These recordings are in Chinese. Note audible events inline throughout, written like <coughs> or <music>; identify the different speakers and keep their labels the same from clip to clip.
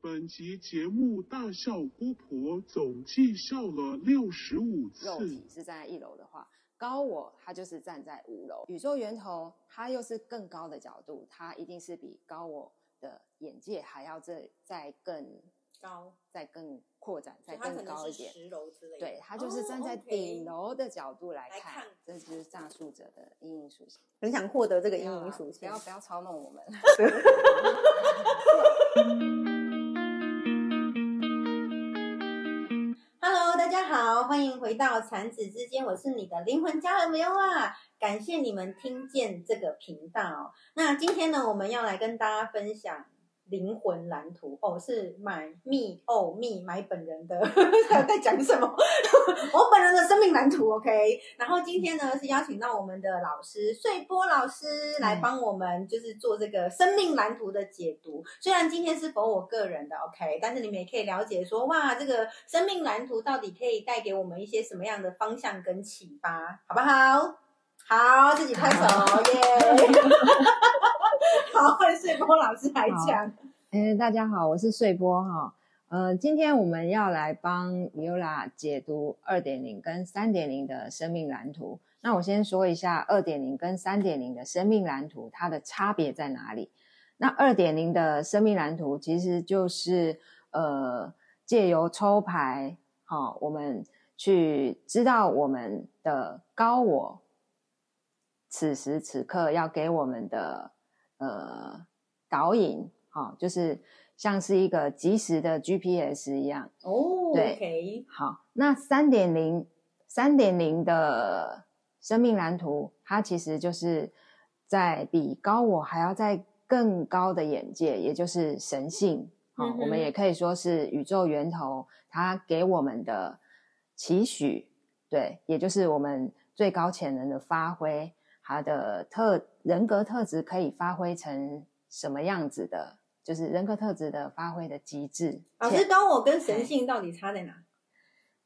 Speaker 1: 本集节目大笑姑婆总计笑了六十五
Speaker 2: 肉
Speaker 1: 次
Speaker 2: 体。是站在一楼的话，高我它就是站在五楼，宇宙源头它又是更高的角度，它一定是比高我的眼界还要再再更
Speaker 3: 高，
Speaker 2: 再更扩展，
Speaker 3: 所
Speaker 2: 再
Speaker 3: 以它可
Speaker 2: 更高
Speaker 3: 能
Speaker 2: 一
Speaker 3: 是
Speaker 2: 点。
Speaker 3: 十楼之类的。
Speaker 2: 对，它就是站在顶
Speaker 3: 哦
Speaker 2: 楼的角度来
Speaker 3: 来
Speaker 2: 看，
Speaker 3: 看
Speaker 2: 这就是占术者的阴影属性。
Speaker 4: 很想获得这个
Speaker 2: 不
Speaker 4: 阴
Speaker 2: 要
Speaker 4: 影
Speaker 2: 啦
Speaker 4: 属性
Speaker 2: 不。要不要操弄我们。
Speaker 4: Hello，大家好，欢迎回到产子之间，我是你的灵魂家人没有啊！感谢你们听见这个频道。那今天呢，我们要来跟大家分享灵魂蓝图哦，是买蜜哦蜜买本人的， <laughs> 在讲什么？ <laughs> 我本人的生命蓝图，OK。然后今天呢是邀请到我们的老师穗波老师来帮我们，就是做这个生命蓝图的解读。虽然今天是否我个人的 OK，但是你们也可以了解说，哇，这个生命蓝图到底可以带给我们一些什么样的方向跟启发，好不好？好，自己拍手耶！ <laughs> 好，换穗波老师来讲。
Speaker 2: 哎，大家好，我是穗波哈。呃，今天我们要来帮 Yola 解读二点零跟三点零的生命蓝图。那我先说一下二点零跟三点零的生命蓝图，它的差别在哪里？那二点零的生命蓝图其实就是呃，借由抽牌，好、我们去知道我们的高我此时此刻要给我们的呃导引，好、就是像是一个及时的 GPS 一样。
Speaker 4: 哦
Speaker 2: 对
Speaker 4: ，OK，
Speaker 2: 好，那三点零三点零的生命蓝图，它其实就是在比高我还要在更高的眼界，也就是神性。好、
Speaker 4: 嗯哼
Speaker 2: 我们也可以说是宇宙源头，它给我们的期许，对，也就是我们最高潜能的发挥，它的特人格特质可以发挥成什么样子的，就是人格特质的发挥的极致。
Speaker 4: 老
Speaker 2: 且
Speaker 4: 师高我跟神性到底差在哪？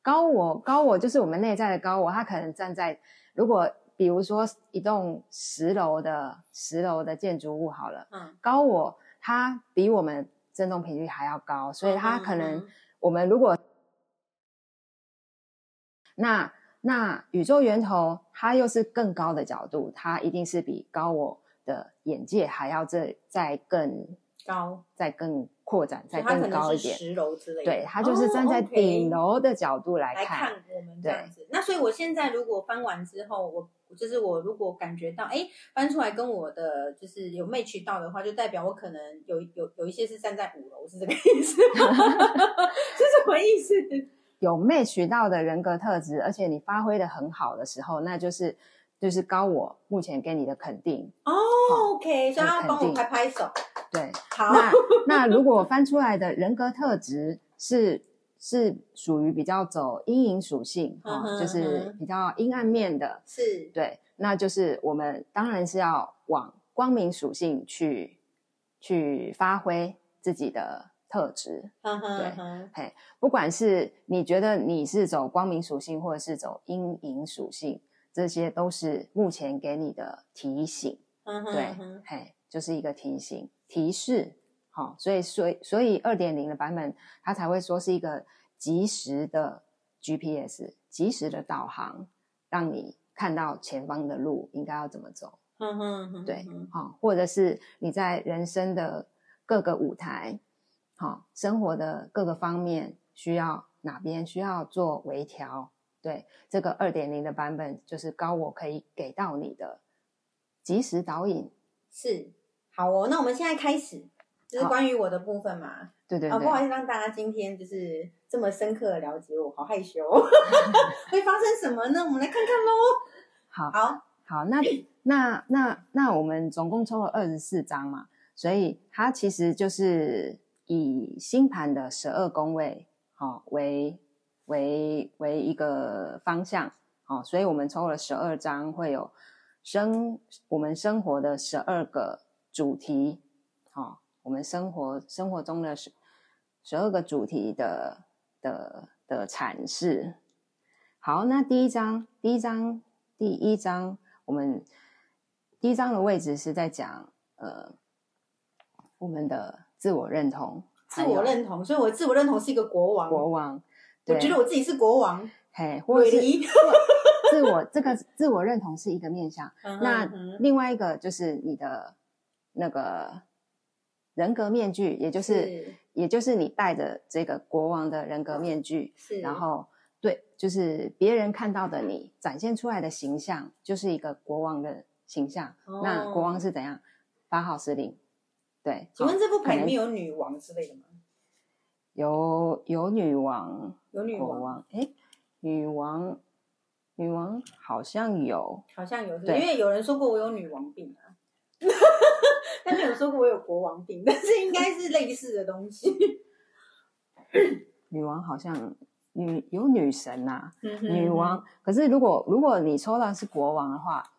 Speaker 2: 高我，高我就是我们内在的高我，他可能站在如果比如说一栋十楼的十楼的建筑物好了，
Speaker 4: 嗯，
Speaker 2: 高我它比我们振动频率还要高，所以它可能
Speaker 4: 嗯
Speaker 2: 我们如果那那宇宙源头它又是更高的角度，它一定是比高我的眼界还要再再更
Speaker 4: 高，
Speaker 2: 再更扩展，
Speaker 4: 所
Speaker 2: 再
Speaker 4: 以它可
Speaker 2: 更高
Speaker 4: 能
Speaker 2: 一
Speaker 4: 是
Speaker 2: 点。
Speaker 4: 十楼之类的。
Speaker 2: 对，它就是站在
Speaker 4: 哦，OK
Speaker 2: 顶楼的角度来
Speaker 4: 来
Speaker 2: 看。
Speaker 4: 看我们这样子。那所以我现在如果翻完之后，我就是我如果感觉到哎翻出来跟我的就是有 match 到的话，就代表我可能有有有一些是站在五楼，是这个意思吗？ <laughs> 是什么意思？
Speaker 2: 有 match 到的人格特质，而且你发挥的很好的时候，那就是就是高我目前给你的肯定。
Speaker 4: 哦、
Speaker 2: 好
Speaker 4: o k 所以他帮我拍拍手。
Speaker 2: 对，
Speaker 4: 好
Speaker 2: 那那如果翻出来的人格特质是是属于比较走阴影属性啊、
Speaker 4: 嗯哼
Speaker 2: 就是比较阴暗面的，
Speaker 4: 是
Speaker 2: 对，那就是我们当然是要往光明属性去去发挥自己的特质。
Speaker 4: 哼哼
Speaker 2: 对
Speaker 4: 哼
Speaker 2: 不管是你觉得你是走光明属性，或者是走阴影属性，这些都是目前给你的提醒。
Speaker 4: 哼哼
Speaker 2: 对
Speaker 4: 哼，
Speaker 2: 嘿，就是一个提醒、提示。好、所以所以所以二点零的版本，它才会说是一个及时的 GPS，及时的导航，让你看到前方的路应该要怎么走。
Speaker 4: 哼哼哼，
Speaker 2: 对
Speaker 4: 哼，
Speaker 2: 好、或者是你在人生的各个舞台，好、生活的各个方面需要哪边需要做微调，对，这个二点零的版本就是高我可以给到你的及时导引，
Speaker 4: 是好哦。那我们现在开始，就是
Speaker 2: 好
Speaker 4: 关于我的部分嘛。
Speaker 2: 对对
Speaker 4: 啊、
Speaker 2: 对，
Speaker 4: 不好意思，让大家今天就是这么深刻的了解我，好害羞、哦。
Speaker 2: <laughs>
Speaker 4: 会发生什么呢？我们来看看喽。
Speaker 2: 好
Speaker 4: 好，
Speaker 2: 好，那那那那我们总共抽了二十四张嘛，所以它其实就是以星盘的十二宫位好、为为为一个方向好、所以我们抽了十二张，会有生我们生活的十二个主题好、我们生活生活中的十十二个主题的的的阐释。好，那第一章，第一章，第一章，我们第一章的位置是在讲呃我们的自我认同，
Speaker 4: 自
Speaker 2: 还有
Speaker 4: 我认同，所以我自我认同是一个国王。
Speaker 2: 国王，
Speaker 4: 我
Speaker 2: 对，
Speaker 4: 觉得我自己是国王，
Speaker 2: 嘿，或
Speaker 4: 伟
Speaker 2: 者是
Speaker 4: 黎。
Speaker 2: 自我这个自我认同是一个面向，那
Speaker 4: 嗯哼
Speaker 2: 另外一个就是你的那个人格面具，也就是
Speaker 4: 是
Speaker 2: 也就是你戴着这个国王的人格面具，
Speaker 4: 是，
Speaker 2: 然后对，就是别人看到的你展现出来的形象，就是一个国王的形象。那国王
Speaker 4: 哦，
Speaker 2: 是怎样？八号司令，对。
Speaker 4: 请问
Speaker 2: 好
Speaker 4: 这部
Speaker 2: 可
Speaker 4: 牌里
Speaker 2: 能
Speaker 4: 面有女王之类的吗？
Speaker 2: 有有女王、
Speaker 4: 有女
Speaker 2: 国
Speaker 4: 王，
Speaker 2: 王？诶，女王，女王好像有，
Speaker 4: 好像有，因
Speaker 2: 对
Speaker 4: 为有人说过我有女王病
Speaker 2: <laughs>
Speaker 4: 啊，但没有说过我有国王病，但是应该是类似的
Speaker 2: <laughs>
Speaker 4: 东西。
Speaker 2: 女王好像女有女神呐、
Speaker 4: 嗯哼
Speaker 2: 女王。可是如果如果你抽到是国王的话，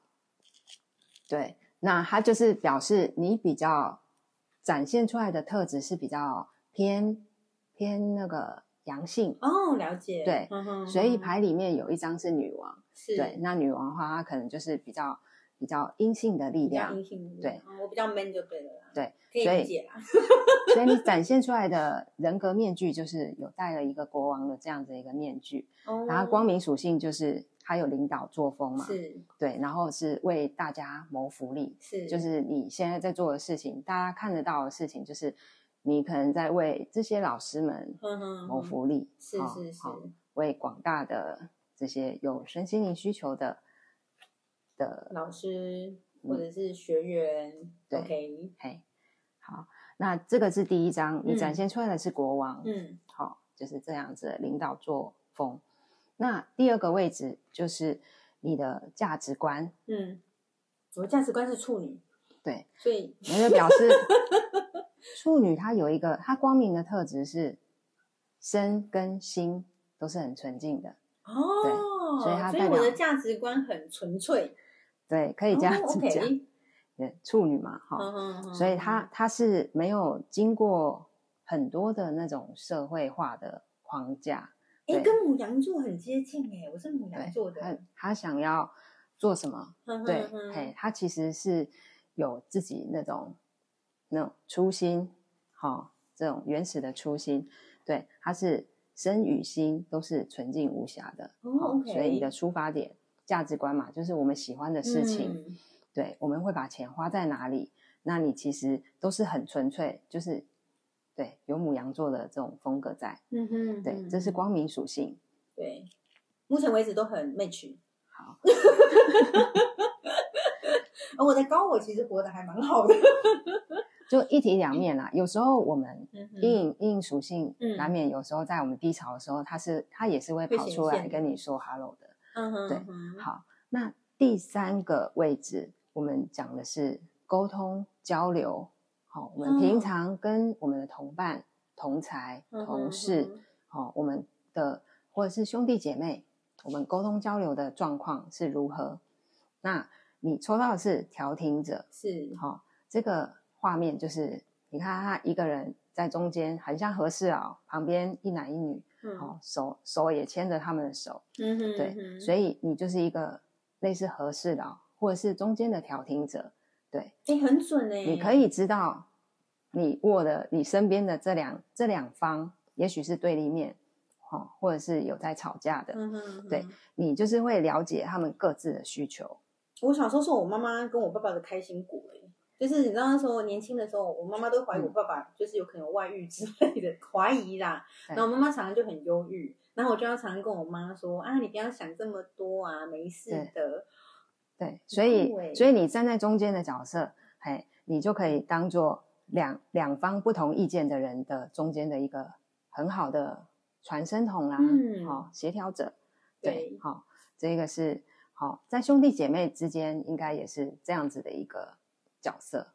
Speaker 2: 对，那它就是表示你比较展现出来的特质是比较偏偏那个阳性。
Speaker 4: 哦，了解，
Speaker 2: 对
Speaker 4: 嗯哼，
Speaker 2: 所以牌里面有一张是女王，
Speaker 4: 是
Speaker 2: 对，那女王的话，她可能就是比较比较阴性的力
Speaker 4: 比较
Speaker 2: 量，
Speaker 4: 阴性一点，
Speaker 2: 对
Speaker 4: 哦，我比较 man 就对了啦，
Speaker 2: 对，
Speaker 4: 可以
Speaker 2: 所以
Speaker 4: 理解啦。
Speaker 2: 所以你展现出来的人格面具就是有带了一个国王的这样子一个面具，
Speaker 4: 哦
Speaker 2: 然后光明属性就是它有领导作风嘛，
Speaker 4: 是
Speaker 2: 对，然后是为大家谋福利，
Speaker 4: 是
Speaker 2: 就是你现在在做的事情，大家看得到的事情，就是你可能在为这些老师们
Speaker 4: 嗯哼
Speaker 2: 谋福利，
Speaker 4: 是
Speaker 2: 哦
Speaker 4: 是是，
Speaker 2: 哦为广大的这些有身心灵需求的的，
Speaker 4: 老师
Speaker 2: 嗯
Speaker 4: 或者是学员
Speaker 2: 对
Speaker 4: ，OK，
Speaker 2: 嘿，好，那这个是第一章，你展
Speaker 4: 嗯
Speaker 2: 现出来的是国王，
Speaker 4: 嗯
Speaker 2: 好、就是这样子的领导作风。那第二个位置就是你的价值观，
Speaker 4: 嗯，我的价值观是处女，
Speaker 2: 对，
Speaker 4: 所以
Speaker 2: 那就表示处女她有一个她光明的特质是身跟心都是很纯净的，
Speaker 4: 哦，
Speaker 2: 所以它代
Speaker 4: 我的
Speaker 2: 表
Speaker 4: 价值观很纯粹，
Speaker 2: 对，可以这样
Speaker 4: 哦
Speaker 2: 子
Speaker 4: ，OK， <laughs>
Speaker 2: 讲。对，处女嘛，哈、
Speaker 4: 嗯哼哼
Speaker 2: 哦所以她她是没有经过很多的那种社会化的框架，
Speaker 4: 哎，
Speaker 2: 对
Speaker 4: 跟母羊座很接近哎，我是母羊
Speaker 2: 对
Speaker 4: 座，
Speaker 2: 她
Speaker 4: 的，
Speaker 2: 她想要做什么，
Speaker 4: 嗯哼
Speaker 2: 对，
Speaker 4: 哼
Speaker 2: 嘿，她其实是有自己那种那种初心，好、这种原始的初心，对，她是身与心都是纯净无瑕的，
Speaker 4: 哦
Speaker 2: 好
Speaker 4: ，OK
Speaker 2: 所以你的出发点、价值观嘛，就是我们喜欢的事情，
Speaker 4: 嗯
Speaker 2: 对，我们会把钱花在哪里，那你其实都是很纯粹，就是对有母羊座的这种风格在，
Speaker 4: 嗯哼，
Speaker 2: 对，这是
Speaker 4: 嗯
Speaker 2: 光明属性，
Speaker 4: 对，目前为止都很 match。
Speaker 2: 好，
Speaker 4: <laughs> 哦我的高我其实活得还蛮好的，
Speaker 2: 就一体两面啦。有时候我们
Speaker 4: 嗯哼
Speaker 2: 阴影阴影属性
Speaker 4: 嗯
Speaker 2: 难免有时候在我们低潮的时候，它是它也是会
Speaker 4: 会
Speaker 2: 跑
Speaker 4: 显
Speaker 2: 出来
Speaker 4: 现
Speaker 2: 跟你说 “hello” 的。
Speaker 4: 嗯哼，
Speaker 2: 对
Speaker 4: 嗯哼
Speaker 2: 好，那第三个位置我们讲的是沟通交流。好，我们
Speaker 4: 嗯
Speaker 2: 平常跟我们的同伴、同才、
Speaker 4: 嗯哼
Speaker 2: 同事
Speaker 4: 嗯哼，
Speaker 2: 好，我们的或者是兄弟姐妹，我们沟通交流的状况是如何？那你抽到的是调停者，
Speaker 4: 是
Speaker 2: 好、这个画面就是你看他一个人在中间，很像和事佬，旁边一男一女，
Speaker 4: 嗯
Speaker 2: 哦，手手也牵着他们的手，
Speaker 4: 嗯哼，
Speaker 2: 对，
Speaker 4: 嗯
Speaker 2: 所以你就是一个类似和事佬，或者是中间的调停者，对，
Speaker 4: 哼哎，很准哎，
Speaker 2: 你可以知道你握的你身边的这两这两方，也许是对立面，哦，或者是有在吵架的，
Speaker 4: 嗯哼，嗯哼
Speaker 2: 对你就是会了解他们各自的需求，
Speaker 4: 我小时候是我妈妈跟我爸爸的开心果、欸，就是你知道那时候我年轻的时候，我妈妈都怀疑我爸爸就是有可能有外遇之类的怀疑啦。
Speaker 2: 对
Speaker 4: 然后我妈妈常常就很忧郁，然后我就要常常跟我妈说啊，你不要想这么多啊，没事的。
Speaker 2: 对，所以
Speaker 4: 酷欸
Speaker 2: 所以你站在中间的角色，嘿，你就可以当做两两方不同意见的人的中间的一个很好的传声筒啦，
Speaker 4: 嗯
Speaker 2: 好、协调者，
Speaker 4: 对
Speaker 2: 对，好、这个是好、在兄弟姐妹之间应该也是这样子的一个角色，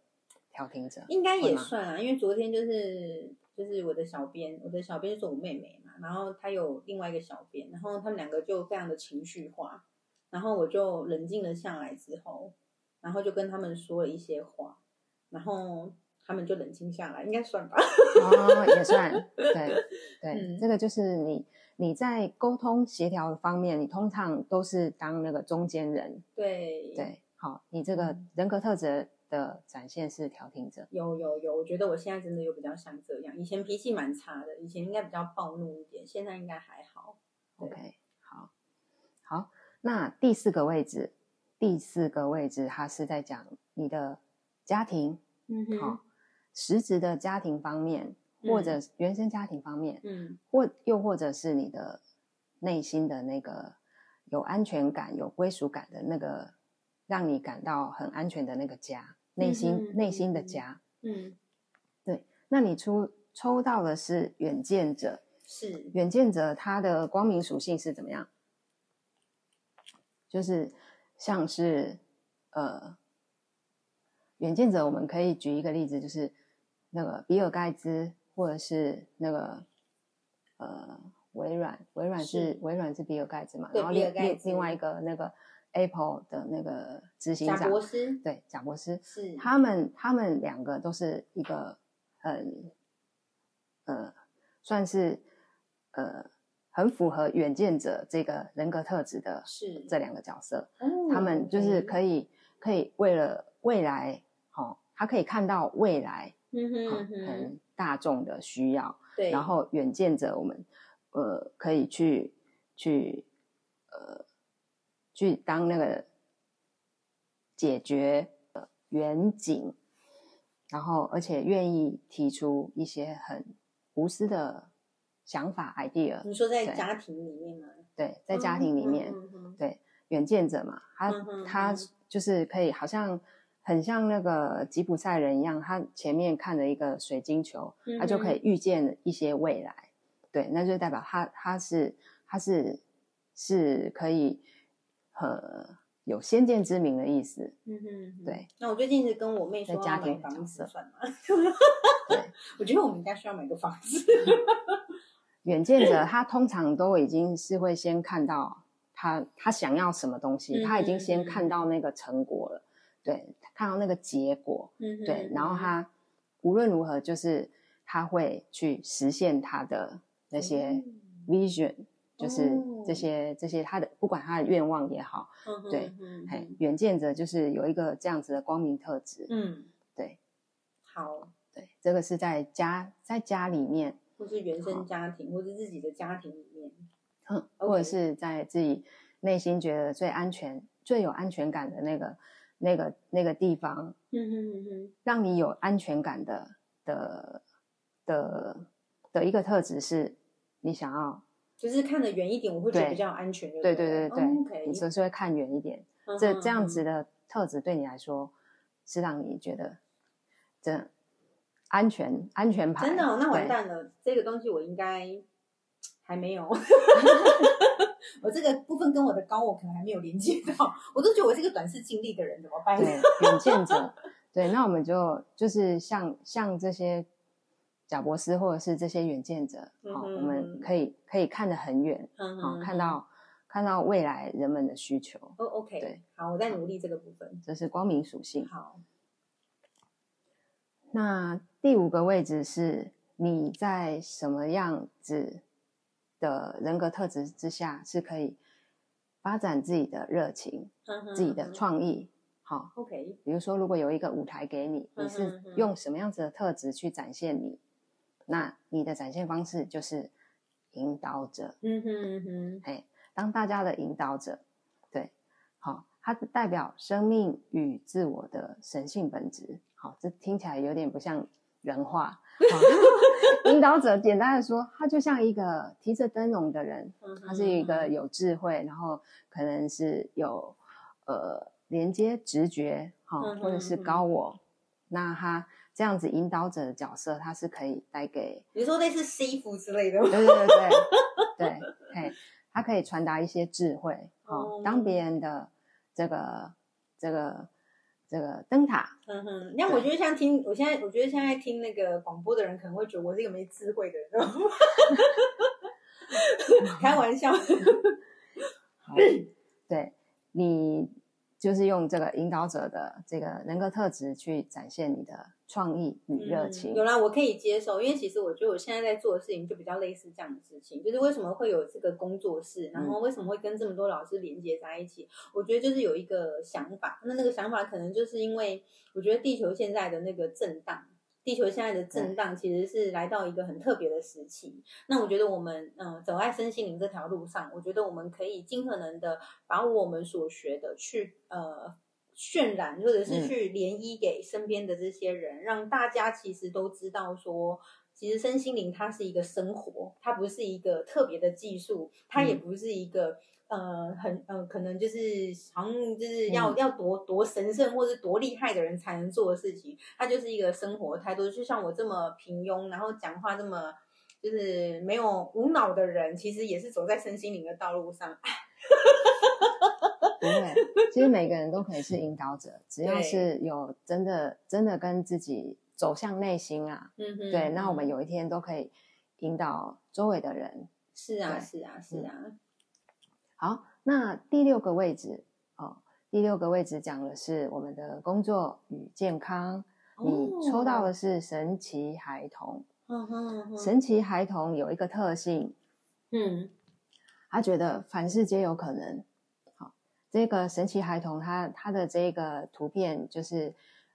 Speaker 2: 调停
Speaker 4: <laughs>
Speaker 2: 者，
Speaker 4: 应该也
Speaker 2: 会吗
Speaker 4: 算啊啦，因为昨天就是就是我的小编，我的小编就是我妹妹嘛，然后她有另外一个小编，然后他们两个就非常的情绪化，然后我就冷静了下来之后，然后就跟他们说了一些话，然后他们就冷静下来，应该算吧。 <laughs>
Speaker 2: 哦，也算，对对，
Speaker 4: 嗯
Speaker 2: 这个就是你你在沟通协调的方面，你通常都是当那个中间人，
Speaker 4: 对，嗯
Speaker 2: 对，好，你这个人格特质的的展现是调停者？
Speaker 4: 有有有，我觉得我现在真的有比较像这样，以前脾气蛮差的，以前应该比较暴怒一点，现在应该还好。对
Speaker 2: OK，好，好，那第四个位置，第四个位置，它是在讲你的家庭，
Speaker 4: 嗯
Speaker 2: 好、实质的家庭方面，或者原生家庭方面，
Speaker 4: 嗯
Speaker 2: 或又或者是你的内心的那个有安全感、有归属感的那个，让你感到很安全的那个家，内心、
Speaker 4: 嗯哼
Speaker 2: 内心的
Speaker 4: 嗯哼
Speaker 2: 家。
Speaker 4: 嗯，
Speaker 2: 那你出抽到的是远见者，
Speaker 4: 是
Speaker 2: 远见者他的光明属性是怎么样？就是像是呃，远见者，我们可以举一个例子，就是那个比尔盖茨，或者是那个呃微软，微软是
Speaker 4: 是
Speaker 2: 微软是比尔盖茨嘛，
Speaker 4: 对
Speaker 2: 然后
Speaker 4: 比
Speaker 2: 另
Speaker 4: 尔盖
Speaker 2: 另
Speaker 4: 茨
Speaker 2: 另外一个那个 Apple 的那个执行
Speaker 4: 贾
Speaker 2: 长
Speaker 4: 博，士
Speaker 2: 对贾博士，
Speaker 4: 是
Speaker 2: 他们他们两个都是一个很呃，算是呃很符合远见者这个人格特质的
Speaker 4: 是
Speaker 2: 这两个角色，
Speaker 4: 哦
Speaker 2: 他们就是
Speaker 4: ，OK
Speaker 2: 可以可以为了未来，哦，他可以看到未来、
Speaker 4: 嗯哼
Speaker 2: 哦
Speaker 4: 嗯哼，
Speaker 2: 很大众的需要，
Speaker 4: 对，
Speaker 2: 然后远见者我们呃可以去去呃去当那个解决呃远景，然后而且愿意提出一些很无私的想法 idea，
Speaker 4: 你说在
Speaker 2: 对
Speaker 4: 家庭里面吗？
Speaker 2: 对，在家庭里
Speaker 4: 嗯
Speaker 2: 面，
Speaker 4: 嗯嗯
Speaker 2: 远见者嘛，他、
Speaker 4: 嗯哼
Speaker 2: 他
Speaker 4: 嗯
Speaker 2: 就是可以好像。很像那个吉普赛人一样，他前面看着一个水晶球，
Speaker 4: 嗯
Speaker 2: 啊他就可
Speaker 4: 哼
Speaker 2: 以预见一些未来。对，那就代表他他是他是是可以呃有先见之明的意思。
Speaker 4: 嗯哼嗯哼，
Speaker 2: 对。
Speaker 4: 那我最近是跟我妹说
Speaker 2: 在
Speaker 4: 要
Speaker 2: 家
Speaker 4: 买
Speaker 2: 庭的
Speaker 4: 房
Speaker 2: 角
Speaker 4: 子，
Speaker 2: 色
Speaker 4: 算吗？
Speaker 2: 对，
Speaker 4: <laughs> 我觉得我们应该需要买个房
Speaker 2: <laughs>
Speaker 4: 子。
Speaker 2: 远见者他通常都已经是会先看到他他想要什么东西，他已经
Speaker 4: 嗯
Speaker 2: 先
Speaker 4: 嗯嗯
Speaker 2: 看到那个成果了，对，看到那个结果，
Speaker 4: 嗯哼
Speaker 2: 对，然后
Speaker 4: 嗯哼
Speaker 2: 他无论如何就是他会去实现他的那些
Speaker 4: 嗯
Speaker 2: vision，就是
Speaker 4: 哦
Speaker 2: 这些这些他的不管他的愿望也好。
Speaker 4: 嗯哼
Speaker 2: 对
Speaker 4: 嗯
Speaker 2: 嘿
Speaker 4: 哼，
Speaker 2: 远见者就是有一个这样子的光明特质。
Speaker 4: 嗯，
Speaker 2: 对
Speaker 4: 好，
Speaker 2: 对，这个是在家在家里面，
Speaker 4: 或是原
Speaker 2: 好
Speaker 4: 生家庭，或是自己的家庭里面，
Speaker 2: 嗯，
Speaker 4: OK
Speaker 2: 或者是在自己内心觉得最安全、最有安全感的那个、那个、那个地方，
Speaker 4: 嗯哼嗯哼，
Speaker 2: 让你有安全感的的的的一个特质是，你想要
Speaker 4: 就是看得远一点，我会觉得
Speaker 2: 对
Speaker 4: 比较安全就
Speaker 2: 对
Speaker 4: 对
Speaker 2: 对对
Speaker 4: 了
Speaker 2: 对，
Speaker 4: 哦，OK，
Speaker 2: 你只是会看远一点。
Speaker 4: 嗯
Speaker 2: 这
Speaker 4: 哼
Speaker 2: 这样
Speaker 4: 嗯
Speaker 2: 子的特质对你来说，是让你觉得这安全安全牌。
Speaker 4: 真的哦、那完
Speaker 2: 对
Speaker 4: 蛋了，这个东西我应该还没
Speaker 2: <laughs>
Speaker 4: 有，我这个部分跟我的高我可能还没有连接到，我都觉得我是个短视近利的人，怎么 <laughs> 办？
Speaker 2: 对，远见者，对，那我们就就是像像这些贾博士或者是这些远见者，好、
Speaker 4: 嗯哼
Speaker 2: 我们可以可以看得很远，
Speaker 4: 嗯
Speaker 2: 好、
Speaker 4: 哼
Speaker 2: 看到看到未来人们的需求，
Speaker 4: 哦，OK，
Speaker 2: 对
Speaker 4: 好，我在努力这个部分。
Speaker 2: 这是光明属性。
Speaker 4: 好，
Speaker 2: 那第五个位置是你在什么样子的人格特质之下是可以发展自己的热情、
Speaker 4: 嗯哼
Speaker 2: 自己的
Speaker 4: 嗯哼
Speaker 2: 创意，好、
Speaker 4: ，OK，
Speaker 2: 比如说，如果有一个舞台给你，
Speaker 4: 嗯
Speaker 2: 你是
Speaker 4: 嗯嗯
Speaker 2: 用什么样子的特质去展现你？那你的展现方式就是引导者，
Speaker 4: 嗯哼嗯哼，
Speaker 2: 哎，当大家的引导者，对，好、它代表生命与自我的神性本质。好、这听起来有点不像人话。好 <laughs> 引导者简单的说，他就像一个提着灯笼的人，
Speaker 4: 嗯哼
Speaker 2: 他是一个有智慧，然后可能是有呃连接直觉哈、
Speaker 4: 嗯哼
Speaker 2: 或者是高我，那他这样子引导者的角色，他是可以带给
Speaker 4: 你说类似西服之类的吗
Speaker 2: 对？对对对对，嘿，他可以传达一些智慧哈、
Speaker 4: 哦
Speaker 2: 当别人的这个这个这个灯塔，
Speaker 4: 嗯哼，那我觉得像听，我现在我觉得现在听那个广播的人可能会觉得我是一个没智慧
Speaker 2: <laughs>
Speaker 4: 的人，
Speaker 2: <laughs>
Speaker 4: <laughs> 开玩笑。
Speaker 2: 对你就是用这个引导者的这个人格特质去展现你的创意与热情。
Speaker 4: 嗯。有啦，我可以接受，因为其实我觉得我现在在做的事情就比较类似这样的事情，就是为什么会有这个工作室，然
Speaker 2: 嗯
Speaker 4: 后为什么会跟这么多老师连接在一起，我觉得就是有一个想法，那那个想法可能就是因为我觉得地球现在的那个震荡。地球现在的震荡其实是来到一个很特别的时期。那我觉得我们，嗯、走在身心灵这条路上，我觉得我们可以尽可能的把我们所学的去呃渲染，或者是去涟漪给身边的这些人，让大家其实都知道说，其实身心灵它是一个生活，它不是一个特别的技术，它也
Speaker 2: 嗯
Speaker 4: 不是一个。呃，很呃，可能就是好像就是要、要多多神圣或者多厉害的人才能做的事情，它就是一个生活态度。就像我这么平庸，然后讲话这么就是没有无脑的人，其实也是走在身心灵的道路上。
Speaker 2: 不
Speaker 4: <laughs>
Speaker 2: 会，其实每个人都可以是引导者，只要
Speaker 4: 对
Speaker 2: 是有真的真的跟自己走向内心啊，
Speaker 4: 嗯哼，
Speaker 2: 对，那我们有一天都可以引导周围的人。
Speaker 4: 是啊，
Speaker 2: 对
Speaker 4: 是啊，是啊，
Speaker 2: 好，那第六个位置哦，第六个位置讲的是我们的工作与健康。你抽到的
Speaker 4: 哦，
Speaker 2: 是神奇孩童，
Speaker 4: 嗯哼嗯哼
Speaker 2: 神奇孩童有一个特性，
Speaker 4: 嗯
Speaker 2: 他觉得凡事皆有可能。好，这个神奇孩童他他的这个图片就是，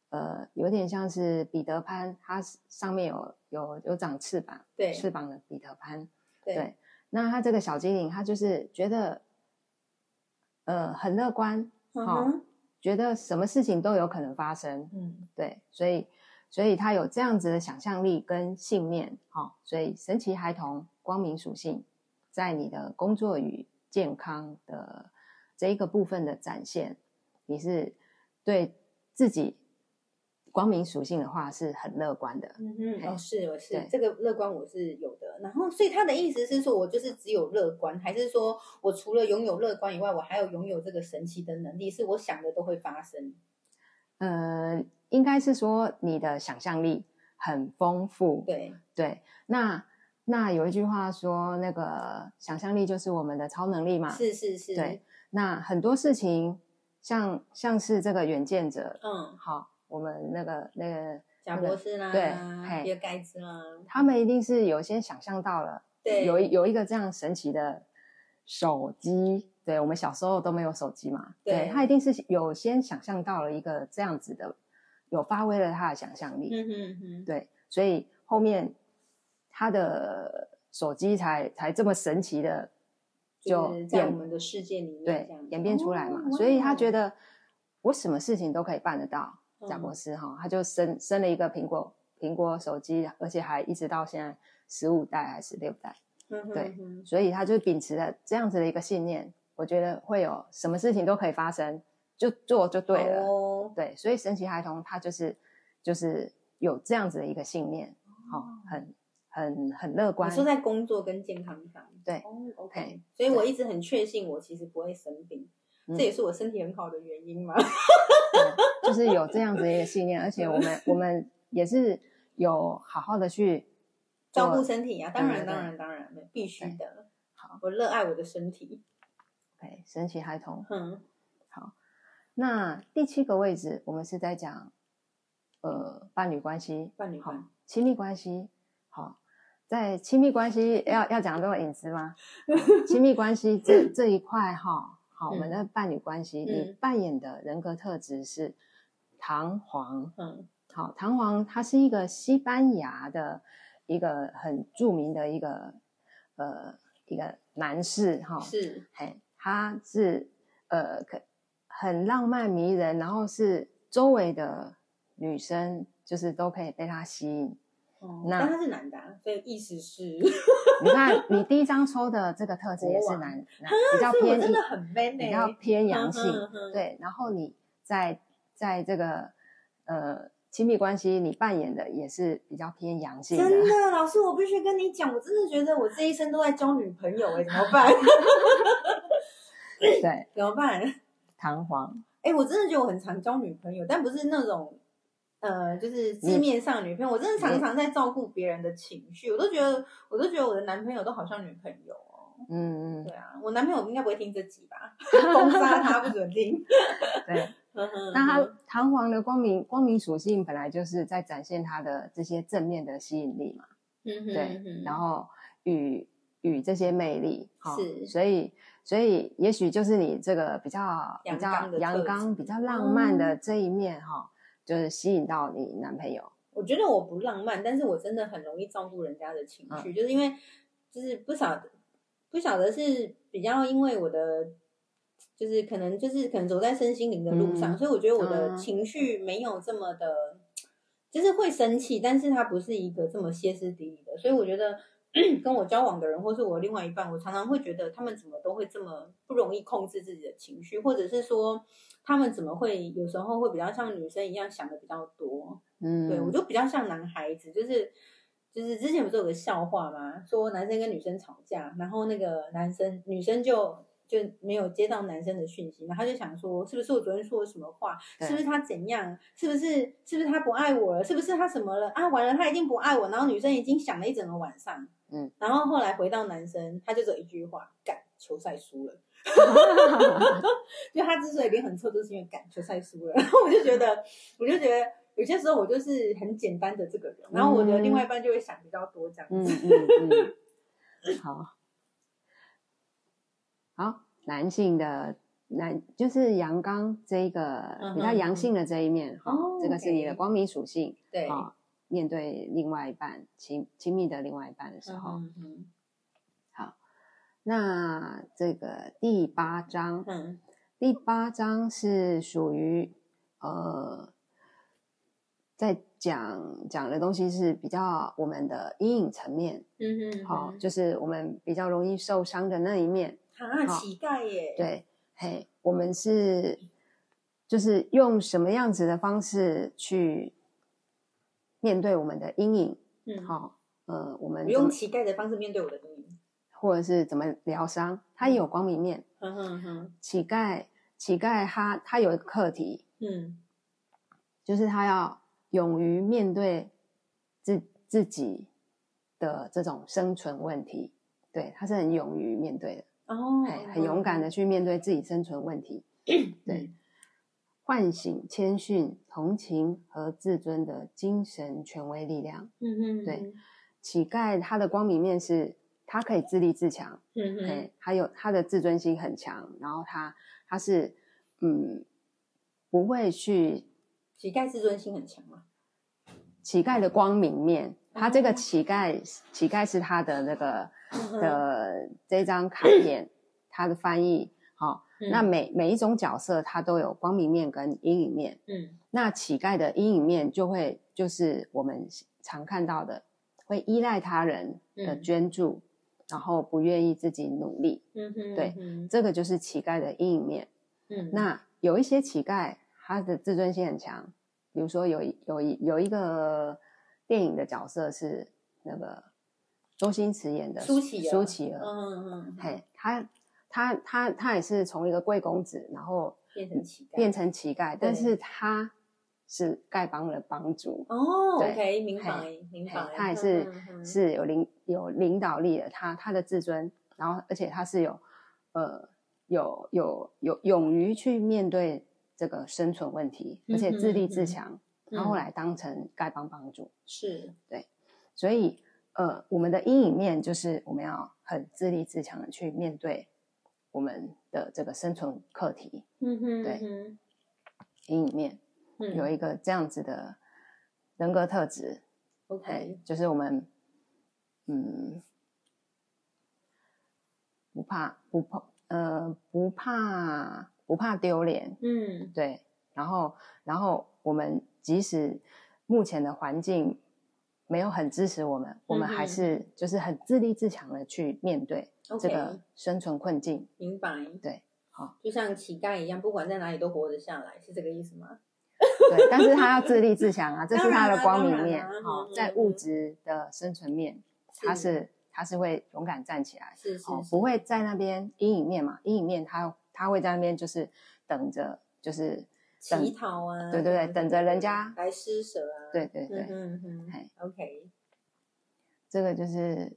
Speaker 2: 呃，有点像是彼得潘，它是上面有有有长翅膀，
Speaker 4: 对
Speaker 2: 翅膀的彼得潘。
Speaker 4: 对
Speaker 2: 对那他这个小精灵，他就是觉得，呃，很乐观，
Speaker 4: 嗯
Speaker 2: 好
Speaker 4: 哼
Speaker 2: 觉得什么事情都有可能发生。
Speaker 4: 嗯
Speaker 2: 对，所以所以他有这样子的想象力跟信念，好、所以神奇孩童光明属性在你的工作与健康的这一个部分的展现，你是对自己光明属性的话是很乐观的，
Speaker 4: 嗯哼哦是我是
Speaker 2: 哎对
Speaker 4: 这个乐观我是有的，然后所以他的意思是说我就是只有乐观，还是说我除了拥有乐观以外，我还有拥有这个神奇的能力，是我想的都会发生。
Speaker 2: 呃，应该是说你的想象力很丰富，
Speaker 4: 对，
Speaker 2: 对，那。那有一句话说，那个想象力就是我们的超能力嘛。
Speaker 4: 是是是，
Speaker 2: 啊对，那很多事情，像像是这个远见者，
Speaker 4: 嗯，
Speaker 2: 好，我们那个那个
Speaker 4: 贾博士啦，
Speaker 2: 对嘿
Speaker 4: 比尔盖茨啦，
Speaker 2: 他们一定是有些想象到了，
Speaker 4: 对，
Speaker 2: 有一有一个这样神奇的手机，对我们小时候都没有手机嘛，
Speaker 4: 对
Speaker 2: 他一定是有先想象到了一个这样子的，有发挥了他的想象力，
Speaker 4: 嗯哼哼，
Speaker 2: 对，所以后面他的手机才才这么神奇的。
Speaker 4: 就
Speaker 2: 就是
Speaker 4: 在我
Speaker 2: 演
Speaker 4: 们的世界里面
Speaker 2: 对
Speaker 4: 这样子
Speaker 2: 演变出来嘛，
Speaker 4: 哦
Speaker 2: 所以他觉
Speaker 4: 哇
Speaker 2: 得我什么事情都可以办得到。
Speaker 4: 嗯
Speaker 2: 贾博士哈，他就生生了一个苹果苹果手机，而且还一直到现在十五代还是十六代，
Speaker 4: 嗯哼
Speaker 2: 对
Speaker 4: 哼
Speaker 2: 所以他就秉持了这样子的一个信念，我觉得会有什么事情都可以发生，就做就对了。
Speaker 4: 好哦，
Speaker 2: 对，所以神奇孩童他就是就是有这样子的一个信念，好、很很很乐
Speaker 4: 我
Speaker 2: 观。
Speaker 4: 哦说在工作跟健康上，
Speaker 2: 对
Speaker 4: 哦，OK，
Speaker 2: 嘿
Speaker 4: 所以我一直很确信我其实不会生病，
Speaker 2: 嗯
Speaker 4: 这也是我身体很好的原因嘛。
Speaker 2: 对就是有这样子的一个信念，而且我们我们也是有好好的去做
Speaker 4: 照顾身体啊，当
Speaker 2: 对对对
Speaker 4: 然当然当然，必须的。
Speaker 2: 好，
Speaker 4: 我热爱我的身体。
Speaker 2: 对神奇孩童。
Speaker 4: 嗯，
Speaker 2: 那第七个位置，我们是在讲呃伴侣关系，
Speaker 4: 伴侣
Speaker 2: 好
Speaker 4: 关
Speaker 2: 亲密关系，好，在亲密关系要要讲这么隐私吗？亲密关系这这一块哈，好，我们的伴侣关系，你
Speaker 4: 嗯
Speaker 2: 扮演的人格特质是弹簧，
Speaker 4: 嗯
Speaker 2: 好，弹簧它是一个西班牙的一个很著名的一个呃一个男士哈，
Speaker 4: 是
Speaker 2: 嘿，他是呃，可很浪漫迷人，然后是周围的女生就是都可以被他吸引。
Speaker 4: 哦，
Speaker 2: 那
Speaker 4: 但他是男的啊，所以意思是，
Speaker 2: 你看，你第一张抽的这个特质也
Speaker 4: 国
Speaker 2: 是
Speaker 4: 王
Speaker 2: 男，男比较
Speaker 4: <laughs> 所以啊我
Speaker 2: 偏
Speaker 4: 真
Speaker 2: 一
Speaker 4: 的很 man 呢，
Speaker 2: 比较偏阳性，
Speaker 4: 嗯，哼，
Speaker 2: 对。然后你在在这个呃亲密关系，你扮演的也是比较偏阳性
Speaker 4: 哼
Speaker 2: 的。
Speaker 4: 真的，老师，我必须跟你讲，我真的觉得我这一生都在交女朋友哎，怎么
Speaker 2: <laughs>
Speaker 4: 办？
Speaker 2: 对，
Speaker 4: 怎么办？
Speaker 2: 弹簧，
Speaker 4: 哎、我真的觉得我很常交女朋友，但不是那种，呃，就是字面上的女朋友。我真的常常在照顾别人的情绪，我都觉得，我都觉得我的男朋友都好像女朋友哦。
Speaker 2: 嗯嗯
Speaker 4: 对，啊，我男朋友应该不会听这集吧？ <laughs> 封杀他不准听。嗯
Speaker 2: 对。那
Speaker 4: 那
Speaker 2: 它弹簧的光明光明属性本来就是在展现它的这些正面的吸引力嘛，
Speaker 4: 嗯
Speaker 2: 对，然后与与这些魅力，好
Speaker 4: 是
Speaker 2: 所以所以也许就是你这个比较比
Speaker 4: 阳
Speaker 2: 较
Speaker 4: 刚的特
Speaker 2: 阳
Speaker 4: 质嗯
Speaker 2: 刚、比较浪漫的这一面哈、就是吸引到你男朋友，
Speaker 4: 我觉得我不浪漫，但是我真的很容易照顾人家的情
Speaker 2: 嗯
Speaker 4: 绪，就是因为就是不晓得不晓得是比较因为我的就是可能就是可能走在身心灵的路上，
Speaker 2: 嗯
Speaker 4: 所以我觉得我的
Speaker 2: 嗯
Speaker 4: 情绪没有这么的，就是会生气，但是它不是一个这么歇斯底里的，所以我觉得。 <clears throat> 跟我交往的人，或是我另外一半，我常常会觉得他们怎么都会这么不容易控制自己的情绪，或者是说他们怎么会有时候会比较像女生一样想的比较多，
Speaker 2: 嗯，
Speaker 4: 对我就比较像男孩子，就是就是之前不是有个笑话吗？说男生跟女生吵架，然后那个男生女生就就没有接到男生的讯息，然后他就想说，是不是我昨天说了什么话？
Speaker 2: 对
Speaker 4: 是不是他怎样？是不是是不是他不爱我了？是不是他什么了？啊，完了，他一定不爱我。然后女生已经想了一整个晚上，
Speaker 2: 嗯，
Speaker 4: 然后后来回到男生，他就只有一句话：干球赛输了。就他之所以脸很臭，就是因为感球赛输了。然 <laughs> 后我就觉
Speaker 2: 嗯
Speaker 4: 得，我就觉得有些时候我就是很简单的这个人，然后我的另外一半就会想比较多这样
Speaker 2: 嗯
Speaker 4: 子。
Speaker 2: 嗯嗯，好，好，男性的男就是阳刚这一个
Speaker 4: 嗯
Speaker 2: 比较
Speaker 4: 哼
Speaker 2: 阳性的这一面，哈、
Speaker 4: 哦
Speaker 2: 这个是你的
Speaker 4: OK
Speaker 2: 光明属性
Speaker 4: 对，
Speaker 2: 啊、面对另外一半亲亲密的另外一半的时候，
Speaker 4: 嗯嗯
Speaker 2: 那这个第八章，
Speaker 4: 嗯
Speaker 2: 第八章是属于呃，在讲讲的东西是比较我们的阴影层面。
Speaker 4: 嗯嗯，
Speaker 2: 好、
Speaker 4: 嗯
Speaker 2: 就是我们比较容易受伤的那一面。
Speaker 4: 啊，
Speaker 2: 好
Speaker 4: 乞丐耶，，
Speaker 2: 对，嘿，我们是就是用什么样子的方式去面对我们的阴影？
Speaker 4: 嗯，
Speaker 2: 好、呃，我们
Speaker 4: 我
Speaker 2: 怎
Speaker 4: 用
Speaker 2: 么
Speaker 4: 乞丐的方式面对我的阴影。
Speaker 2: 或者是怎么疗伤？它也有光明面。
Speaker 4: 嗯哼哼，
Speaker 2: 乞丐，乞丐他他有一个课题，
Speaker 4: 嗯
Speaker 2: 就是他要勇于面对自自己的这种生存问题。对，他是很勇于面对的。
Speaker 4: 哦，
Speaker 2: 哎，很勇敢的去面对自己生存问题，
Speaker 4: 嗯
Speaker 2: 对，唤醒谦逊、同情和自尊的精神权威力量。
Speaker 4: 嗯，嗯嗯，
Speaker 2: 对乞丐他的光明面是，他可以自立自强，
Speaker 4: 嗯
Speaker 2: 哎、
Speaker 4: 嗯
Speaker 2: 还有他的自尊心很强，然后他他是嗯不会去
Speaker 4: 乞丐自尊心很强嘛，
Speaker 2: 乞丐的光明面，他这
Speaker 4: 哦
Speaker 2: 个乞丐乞丐是他的那个
Speaker 4: 嗯哼
Speaker 2: 的这张卡片，他的翻译好。
Speaker 4: 嗯
Speaker 2: 那每每一种角色，它都有光明面跟阴影面。
Speaker 4: 嗯
Speaker 2: 那乞丐的阴影面就会就是我们常看到的，会依赖他人的
Speaker 4: 嗯
Speaker 2: 捐助，然后不愿意自己努力，
Speaker 4: 嗯哼，
Speaker 2: 对
Speaker 4: 嗯
Speaker 2: 这个就是乞丐的阴影面。
Speaker 4: 嗯，
Speaker 2: 那有一些乞丐，他的自尊心很强，比如说有一有一有一个电影的角色是那个周星驰演的
Speaker 4: 苏乞儿
Speaker 2: 苏乞
Speaker 4: 嗯
Speaker 2: 儿，
Speaker 4: 嗯嗯嗯，
Speaker 2: 嘿，他他他他也是从一个贵公子，然后。
Speaker 4: 变成乞丐，
Speaker 2: 变成乞丐，但
Speaker 4: 对
Speaker 2: 是他是丐帮的帮主，
Speaker 4: 哦
Speaker 2: 对
Speaker 4: ，OK，明白
Speaker 2: 嘿
Speaker 4: 明
Speaker 2: 嘿
Speaker 4: 白，
Speaker 2: 他也
Speaker 4: 嗯
Speaker 2: 是
Speaker 4: 嗯嗯
Speaker 2: 是有领有领导力的，他他的自尊，然后而且他是有呃有有有勇于去面对这个生存问题，
Speaker 4: 嗯
Speaker 2: 而且自立自强，他后来当成丐帮帮主，
Speaker 4: 是，
Speaker 2: 所以呃我们的阴影面就是我们要很自立自强的去面对我们的这个生存课题，
Speaker 4: 嗯哼，
Speaker 2: 对
Speaker 4: 嗯
Speaker 2: 阴影面
Speaker 4: 哼，
Speaker 2: 有一个这样子的人格特质，哎
Speaker 4: OK，，
Speaker 2: 就是我们，嗯，不怕不怕呃不怕不怕丢脸，
Speaker 4: 嗯
Speaker 2: 对，然后然后我们即使目前的环境没有很支持我们，我们还
Speaker 4: 嗯哼
Speaker 2: 是就是很自立自强的去面对这
Speaker 4: ，OK，
Speaker 2: 个生存困境。
Speaker 4: 明白，
Speaker 2: 对，好，
Speaker 4: 就像乞丐一样，不管在哪里都活得下来，是这个意思吗？
Speaker 2: 对，但是他要自立自强啊，这是
Speaker 4: 当
Speaker 2: 他
Speaker 4: 然
Speaker 2: 的
Speaker 4: 啦
Speaker 2: 光
Speaker 4: 当
Speaker 2: 明
Speaker 4: 然
Speaker 2: 面
Speaker 4: 啦
Speaker 2: 哦
Speaker 4: 嗯，
Speaker 2: 在
Speaker 4: 嗯
Speaker 2: 物
Speaker 4: 嗯
Speaker 2: 质的生存面，他是他是会勇敢站起来。
Speaker 4: 是是
Speaker 2: 哦，
Speaker 4: 是
Speaker 2: 不会在那边阴影面嘛？阴影面他他会在那边就是等着，就是等
Speaker 4: 乞讨啊，
Speaker 2: 对对对
Speaker 4: 嗯
Speaker 2: 等着人家
Speaker 4: 来施舍啊，
Speaker 2: 对对对，
Speaker 4: 嗯哼嗯
Speaker 2: 嘿
Speaker 4: 哼，OK，
Speaker 2: 这个就是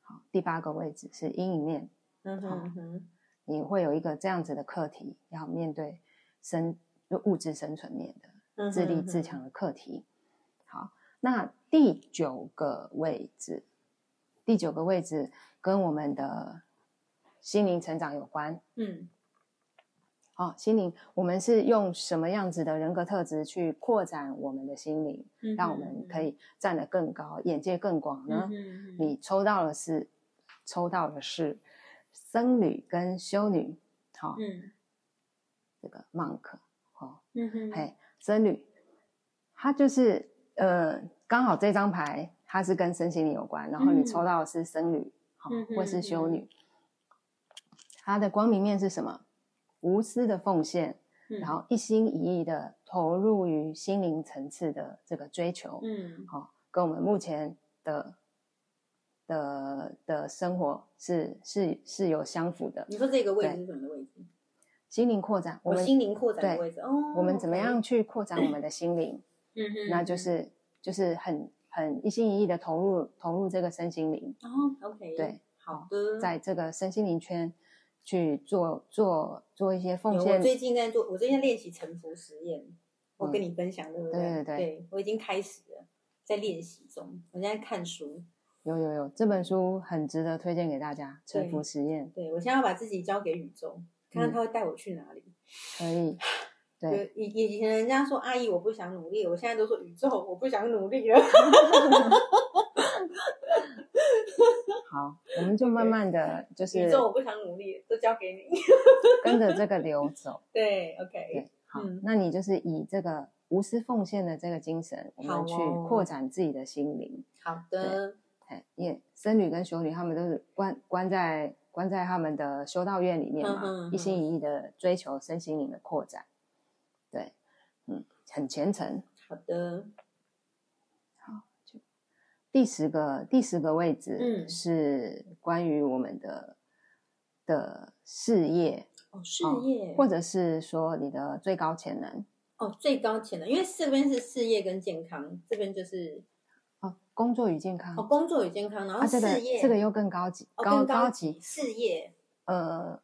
Speaker 2: 好，第八个位置是阴影面，
Speaker 4: 嗯哼嗯哼，
Speaker 2: 你会有一个这样子的课题要面对生就物质生存面的
Speaker 4: 嗯哼
Speaker 2: 自立自，强的课题。好，那第九个位置，第九个位置跟我们的心灵成长有关。
Speaker 4: 嗯
Speaker 2: 哦，心灵，我们是用什么样子的人格特质去扩展我们的心灵，
Speaker 4: 嗯，
Speaker 2: 让我们可以站得更高，眼界更广呢？
Speaker 4: 嗯哼，
Speaker 2: 你抽到的是，抽到的是僧侣跟修女，好、
Speaker 4: 嗯
Speaker 2: 这个 monk 哦，
Speaker 4: 嗯哼，
Speaker 2: 嘿，僧侣，他就是呃，刚好这张牌它是跟身心灵有关，然后你
Speaker 4: 嗯
Speaker 2: 抽到的是僧侣，好、
Speaker 4: 嗯哼
Speaker 2: 或是修
Speaker 4: 嗯
Speaker 2: 女，它的光明面是什么？无私的奉献，
Speaker 4: 嗯，
Speaker 2: 然后一心一意的投入于心灵层次的这个追求，好、
Speaker 4: 嗯
Speaker 2: 跟我们目前的的的生活是是是有相符的
Speaker 4: 你说这个位置
Speaker 2: 对
Speaker 4: 是什么位置？
Speaker 2: 心灵扩展。我
Speaker 4: 我
Speaker 2: 们
Speaker 4: 哦心灵扩展的
Speaker 2: 对
Speaker 4: 位置哦。
Speaker 2: 我们怎么
Speaker 4: OK？
Speaker 2: 样去扩展我们的心灵？
Speaker 4: 嗯哼，
Speaker 2: 那就是就是很很一心一意的投入投入这个身心灵，
Speaker 4: 哦，OK，
Speaker 2: 对，
Speaker 4: 好的。
Speaker 2: 在这个身心灵圈去做做做一些奉
Speaker 4: 有我
Speaker 2: 献。
Speaker 4: 最近在做，我最近在练习沉浮实验，我跟你分享，对不
Speaker 2: 嗯对
Speaker 4: 对
Speaker 2: 对对
Speaker 4: 我已经开始了，在练习中，我现在看书。
Speaker 2: 有有有，这本书很值得推荐给大家，《沉浮
Speaker 4: 对
Speaker 2: 实验
Speaker 4: 对我现在要把自己交给宇宙，看看
Speaker 2: 嗯
Speaker 4: 他会带我去哪里。》
Speaker 2: 可
Speaker 4: <laughs>
Speaker 2: 以，对。
Speaker 4: 对，以以前人家说阿姨我不想努力，我现在都说宇宙我不想努力了。
Speaker 2: 好，我们就慢慢的就
Speaker 4: 宇
Speaker 2: 是
Speaker 4: 宙我不想努力，都交给你。
Speaker 2: <laughs> 跟着这个流
Speaker 4: <laughs>
Speaker 2: 走。
Speaker 4: 对，OK，
Speaker 2: 对，好
Speaker 4: 嗯，
Speaker 2: 那你就是以这个无私奉献的这个精神，我
Speaker 4: 好
Speaker 2: 们去
Speaker 4: 哦
Speaker 2: 扩展自己的心灵。
Speaker 4: 好的，
Speaker 2: 哎，也僧侣跟修女他们都是关关在关在他们的修道院里面嘛，
Speaker 4: 嗯嗯嗯
Speaker 2: 一心一意的追求身心灵的扩展。对，嗯，很虔诚。
Speaker 4: 好的，
Speaker 2: 第十个第十个位置
Speaker 4: 嗯
Speaker 2: 是关于我们的、的事业，
Speaker 4: 哦，事
Speaker 2: 哦
Speaker 4: 业
Speaker 2: 或者是说你的最高潜能
Speaker 4: 哦，最高潜能，因为这边是事业跟健康，这边就是
Speaker 2: 哦，工作与健康
Speaker 4: 哦，工作与健康，然后
Speaker 2: 啊，这
Speaker 4: 事
Speaker 2: 个
Speaker 4: 业、
Speaker 2: 这个又更高级，
Speaker 4: 哦
Speaker 2: 高
Speaker 4: 更高
Speaker 2: 级。
Speaker 4: 事业，
Speaker 2: 呃，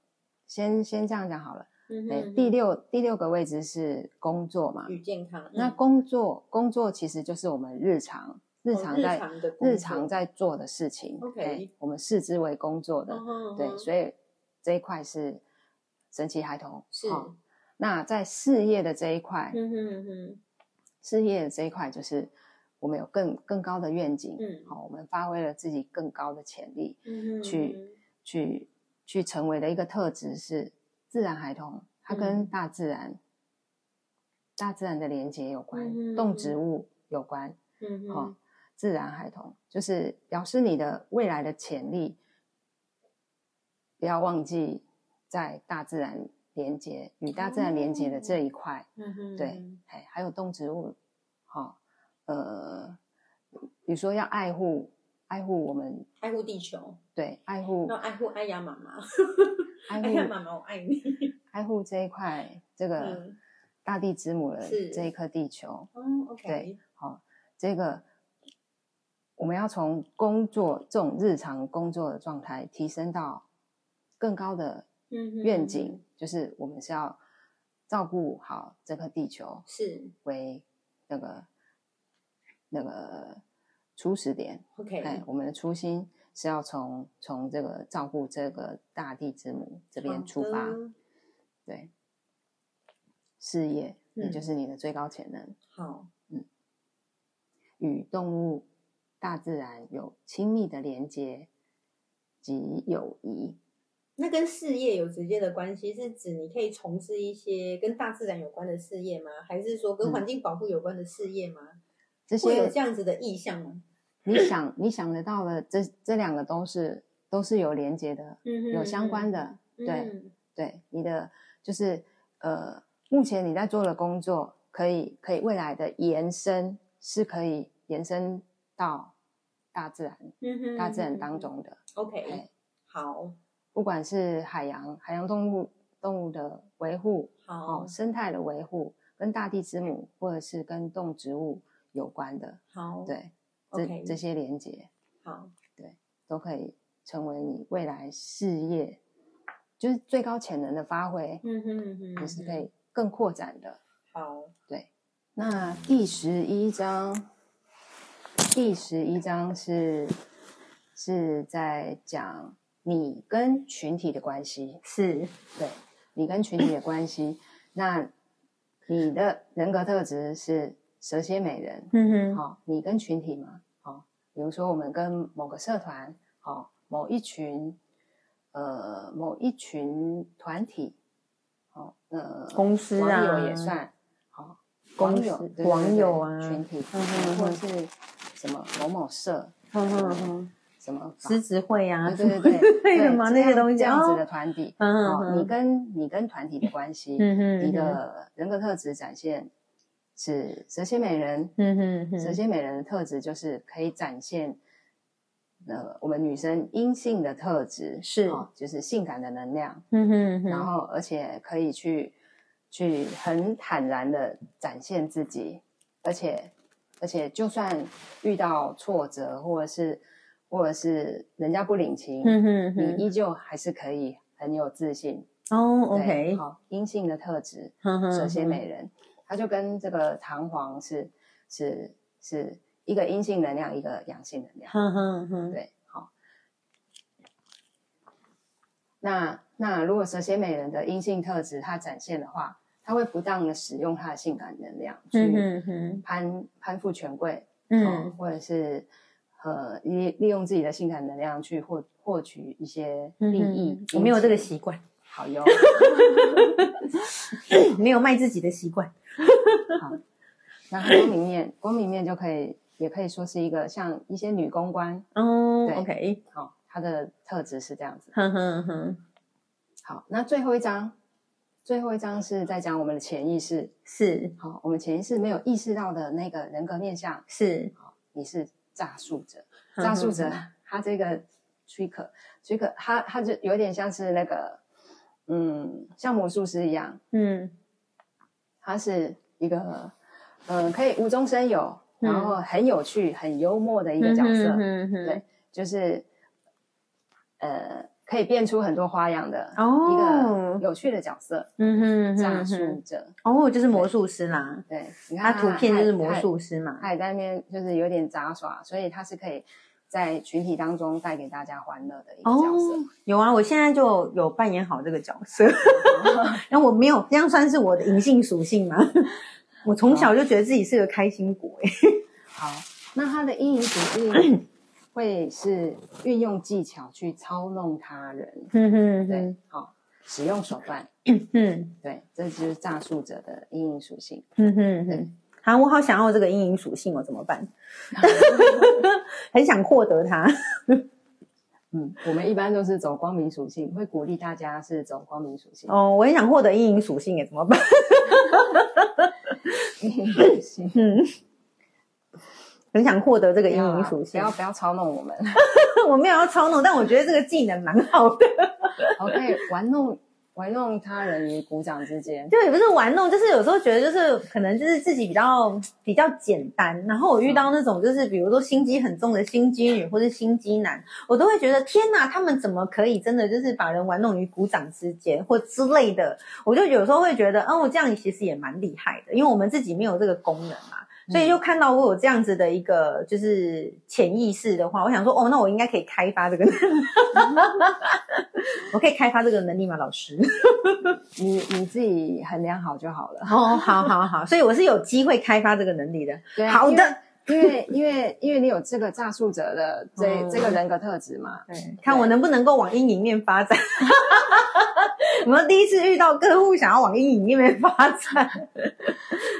Speaker 2: 先先这样讲好了。
Speaker 4: 嗯
Speaker 2: 对，
Speaker 4: 哼，
Speaker 2: 第六第六个位置是工作嘛？
Speaker 4: 与健康，
Speaker 2: 那
Speaker 4: 嗯
Speaker 2: 工作工作其实就是我们日常日
Speaker 4: 哦
Speaker 2: 常在、
Speaker 4: 日常的工作
Speaker 2: 日常在做的事情。
Speaker 4: OK
Speaker 2: 哎我们视之为工作的，
Speaker 4: 嗯哼嗯
Speaker 2: 对，
Speaker 4: 哼
Speaker 2: 所以这一块是神奇孩童。
Speaker 4: 是，
Speaker 2: 好那在事业的这一块，
Speaker 4: 嗯哼嗯哼，
Speaker 2: 事业的这一块就是我们有更更高的愿景，
Speaker 4: 嗯
Speaker 2: 好，我们发挥了自己更高的潜力，
Speaker 4: 嗯哼，
Speaker 2: 去去去成为的一个特质是自然孩童，它跟
Speaker 4: 嗯
Speaker 2: 大自然、大自然的连接有关，
Speaker 4: 嗯
Speaker 2: 动植物有关，
Speaker 4: 嗯哼，嗯
Speaker 2: 哦
Speaker 4: 哼，
Speaker 2: 自然孩童就是表示你的未来的潜力，不要忘记在大自然连接与大自然连接的这一块。
Speaker 4: 嗯哼，
Speaker 2: 对，哎，还有动植物，好、呃，比如说要爱护爱护我们，
Speaker 4: 爱护地球，
Speaker 2: 对，爱护
Speaker 4: 要爱护爱呀妈妈，
Speaker 2: 爱
Speaker 4: <laughs> 爱哦哎呀妈
Speaker 2: 护
Speaker 4: 妈，我爱
Speaker 2: <laughs>
Speaker 4: 你，
Speaker 2: 爱护这一块这个
Speaker 4: 嗯
Speaker 2: 大地之母的
Speaker 4: 是
Speaker 2: 这一颗地球，
Speaker 4: 哦，OK，
Speaker 2: 对好、这个我们要从工作这种日常工作的状态提升到更高的
Speaker 4: 嗯哼，
Speaker 2: 愿景，就是我们是要照顾好这颗地球，
Speaker 4: 是
Speaker 2: 为那个那个初始点，
Speaker 4: OK，
Speaker 2: 哎，我们的初心是要从从这个照顾这个大地之母这
Speaker 4: 好
Speaker 2: 边出发，
Speaker 4: 的
Speaker 2: 对，事业也
Speaker 4: 嗯
Speaker 2: 就是你的最高潜能，
Speaker 4: 好，
Speaker 2: 与动物、大自然有亲密的连接及友谊，
Speaker 4: 那跟事业有直接的关系，是指你可以从事一些跟大自然有关的事业吗？还是说跟环境保护有关的事业吗？
Speaker 2: 嗯这
Speaker 4: 会有
Speaker 2: 些
Speaker 4: 这样子的意向吗？
Speaker 2: 你想你想得到的，这这两个都是都是有连接的，
Speaker 4: 嗯哼
Speaker 2: 有相关，的，
Speaker 4: 嗯
Speaker 2: 对。对你的就是呃，目前你在做的工作，可以可以未来的延伸是可以延伸到大自然、
Speaker 4: 嗯哼
Speaker 2: 大自然当中的，
Speaker 4: ，OK，
Speaker 2: 哎
Speaker 4: 好，
Speaker 2: 不管是海洋、海洋动物、动物的维护，
Speaker 4: 好
Speaker 2: 哦，，生态的维护，跟大地之母或者是跟动植物有关的，
Speaker 4: 好，，
Speaker 2: 对，这
Speaker 4: OK
Speaker 2: 这些连接
Speaker 4: 好，
Speaker 2: 都可以成为你未来事业就是最高潜能的发挥，
Speaker 4: 嗯哼嗯哼，
Speaker 2: 你是可以更扩展的。
Speaker 4: 好，
Speaker 2: 那第十一章，第十一章是是在讲你跟群体的关系，
Speaker 4: 是
Speaker 2: 对你跟群体的关系。那你的人格特质是蛇蝎美人，
Speaker 4: 嗯哼，
Speaker 2: 好、你跟群体嘛，好、比如说我们跟某个社团，好、某一群，呃，某一群团体，好、呃，
Speaker 4: 公司啊，
Speaker 2: 网友也，算，好，
Speaker 4: 公
Speaker 2: 网友对
Speaker 4: 司
Speaker 2: 对
Speaker 4: 网
Speaker 2: 对
Speaker 4: 友啊
Speaker 2: 群体，
Speaker 4: 嗯哼
Speaker 2: 或
Speaker 4: 嗯
Speaker 2: 是什么某某社，
Speaker 4: 哼哼哼，
Speaker 2: 什么法
Speaker 4: 狮子会啊，
Speaker 2: 对对对
Speaker 4: 对的
Speaker 2: 对
Speaker 4: 嘛，
Speaker 2: 这
Speaker 4: 那些
Speaker 2: 样
Speaker 4: 东西
Speaker 2: 这样子
Speaker 4: 哦
Speaker 2: 的团体，
Speaker 4: 嗯嗯
Speaker 2: 好
Speaker 4: 嗯
Speaker 2: 你跟你跟团体的关系，
Speaker 4: 嗯哼，
Speaker 2: 哦你的人格特质展现是蛇蝎美人，
Speaker 4: 嗯哼，嗯
Speaker 2: 蛇
Speaker 4: 哼，
Speaker 2: 蝎美人的特质就是可以展现。呃，我们女生阴性的特质
Speaker 4: 是
Speaker 2: 哦就是性感的能量，
Speaker 4: 嗯哼，嗯哼
Speaker 2: 然后而且可以去去很坦然的展现自己，而且而且就算遇到挫折或者是或者是人家不领情，
Speaker 4: 嗯哼嗯哼
Speaker 2: 你，依旧还是可以很有自信。
Speaker 4: 哦
Speaker 2: 对
Speaker 4: ，OK，
Speaker 2: 好，阴性的特质，
Speaker 4: 哼哼
Speaker 2: 蛇蝎美人，它就跟这个弹簧是是是一个阴性能量，一个阳性能量。
Speaker 4: 嗯哼哼哼，
Speaker 2: 对，好。那那如果蛇蝎美人的阴性特质它展现的话，它会不当的使用它的性感能量
Speaker 4: 嗯
Speaker 2: 去
Speaker 4: 哼哼，
Speaker 2: 攀攀附权贵，哦
Speaker 4: 嗯
Speaker 2: 或者是呃利利用自己的性感能量去获获取一些
Speaker 4: 嗯
Speaker 2: 利益
Speaker 4: 哼。我没有这
Speaker 2: 金
Speaker 4: 个
Speaker 2: 钱
Speaker 4: 习惯，
Speaker 2: 好哟。 <laughs>
Speaker 4: 没有卖自己的习惯，
Speaker 2: 然后光明面，光明面就可以也可以说是一个像一些女公关，
Speaker 4: 哦
Speaker 2: 对
Speaker 4: ，OK，
Speaker 2: 哦，她的特质是这样子。
Speaker 4: 哼哼哼，
Speaker 2: 好，那最后一章，最后一章是在讲我们的潜意识。
Speaker 4: 是
Speaker 2: 好，我们潜意识没有意识到的那个人格面相，
Speaker 4: 是，
Speaker 2: 你是诈术者。
Speaker 4: 嗯哼
Speaker 2: 诈术者
Speaker 4: 哼哼，
Speaker 2: 他这个 trick trick，他他就有点像是那个，嗯，像魔术师一样，
Speaker 4: 嗯
Speaker 2: 他是一个，嗯、可以无中生有，
Speaker 4: 嗯
Speaker 2: 然后很有趣、很幽默的一个角色，
Speaker 4: 嗯哼哼
Speaker 2: 对，就是，呃，可以变出很多花样的、
Speaker 4: 哦
Speaker 2: 一个有趣的角色，
Speaker 4: 嗯哼，
Speaker 2: 诈
Speaker 4: 嗯
Speaker 2: 术
Speaker 4: 哼
Speaker 2: 者。
Speaker 4: 哦，就是魔术师啦，
Speaker 2: 对，你
Speaker 4: 他
Speaker 2: 看
Speaker 4: 图片就是魔
Speaker 2: 还
Speaker 4: 术师嘛，
Speaker 2: 他也在那边就是有点杂耍，所以他是可以在群体当中带给大家欢乐的一个角色。
Speaker 4: 哦，有啊，我现在就有扮演好这个角色， <laughs> 然后我没有这样算是我的隐性属性吗？ <laughs> 我从小就觉得自己是个开心果、欸，
Speaker 2: 好，那他的阴影属
Speaker 4: <clears throat>
Speaker 2: 性会是运用技巧去操弄他人，
Speaker 4: 嗯哼
Speaker 2: 对，好、使用手段，
Speaker 4: 嗯
Speaker 2: 对，这就是诈术者的阴影属性。
Speaker 4: 嗯哼哼，好，我好想要这个阴影属性哦，怎么办？ <laughs> 很想获得它，
Speaker 2: 嗯，我们一般都是走光明属性，会鼓励大家是走光明属性。
Speaker 4: 哦，我很想获得阴影属性耶，怎么办？ <laughs>
Speaker 2: 阴影属
Speaker 4: <laughs>
Speaker 2: 性
Speaker 4: 嗯，很想获得这个
Speaker 2: 不
Speaker 4: 阴
Speaker 2: 要
Speaker 4: 影
Speaker 2: 啊
Speaker 4: 属性
Speaker 2: 不，要不要操弄我们，
Speaker 4: <laughs> 我没有要操弄，但我觉得这个技能蛮好的。
Speaker 2: 好，可以玩弄玩弄他人于股掌之间。
Speaker 4: 就也不是玩弄，就是有时候觉得就是可能就是自己比较比较简单，然后我遇到那种就是比如说心机很重的心机女或是心机男，我都会觉得天哪，他们怎么可以真的就是把人玩弄于股掌之间或之类的？我就有时候会觉得，哦，这样其实也蛮厉害的，因为我们自己没有这个功能嘛。所以就看到我有这样子的一个就是潜意识的话，我想说，哦，那我应该可以开发这个， <laughs> 我可以开发这个能力吗，老师？
Speaker 2: 你你自己衡量好就好了。
Speaker 4: <laughs> 哦，好好好，所以我是有机会开发这个能力的。
Speaker 2: 对啊
Speaker 4: 好的，
Speaker 2: 因为 <laughs> 因为因为你有这个诈术者的这、
Speaker 4: 嗯
Speaker 2: 这个人格特质嘛，
Speaker 4: 对，看我能不能够往阴影面发展。 <laughs> 我们第一次遇到客户想要往阴影面发展，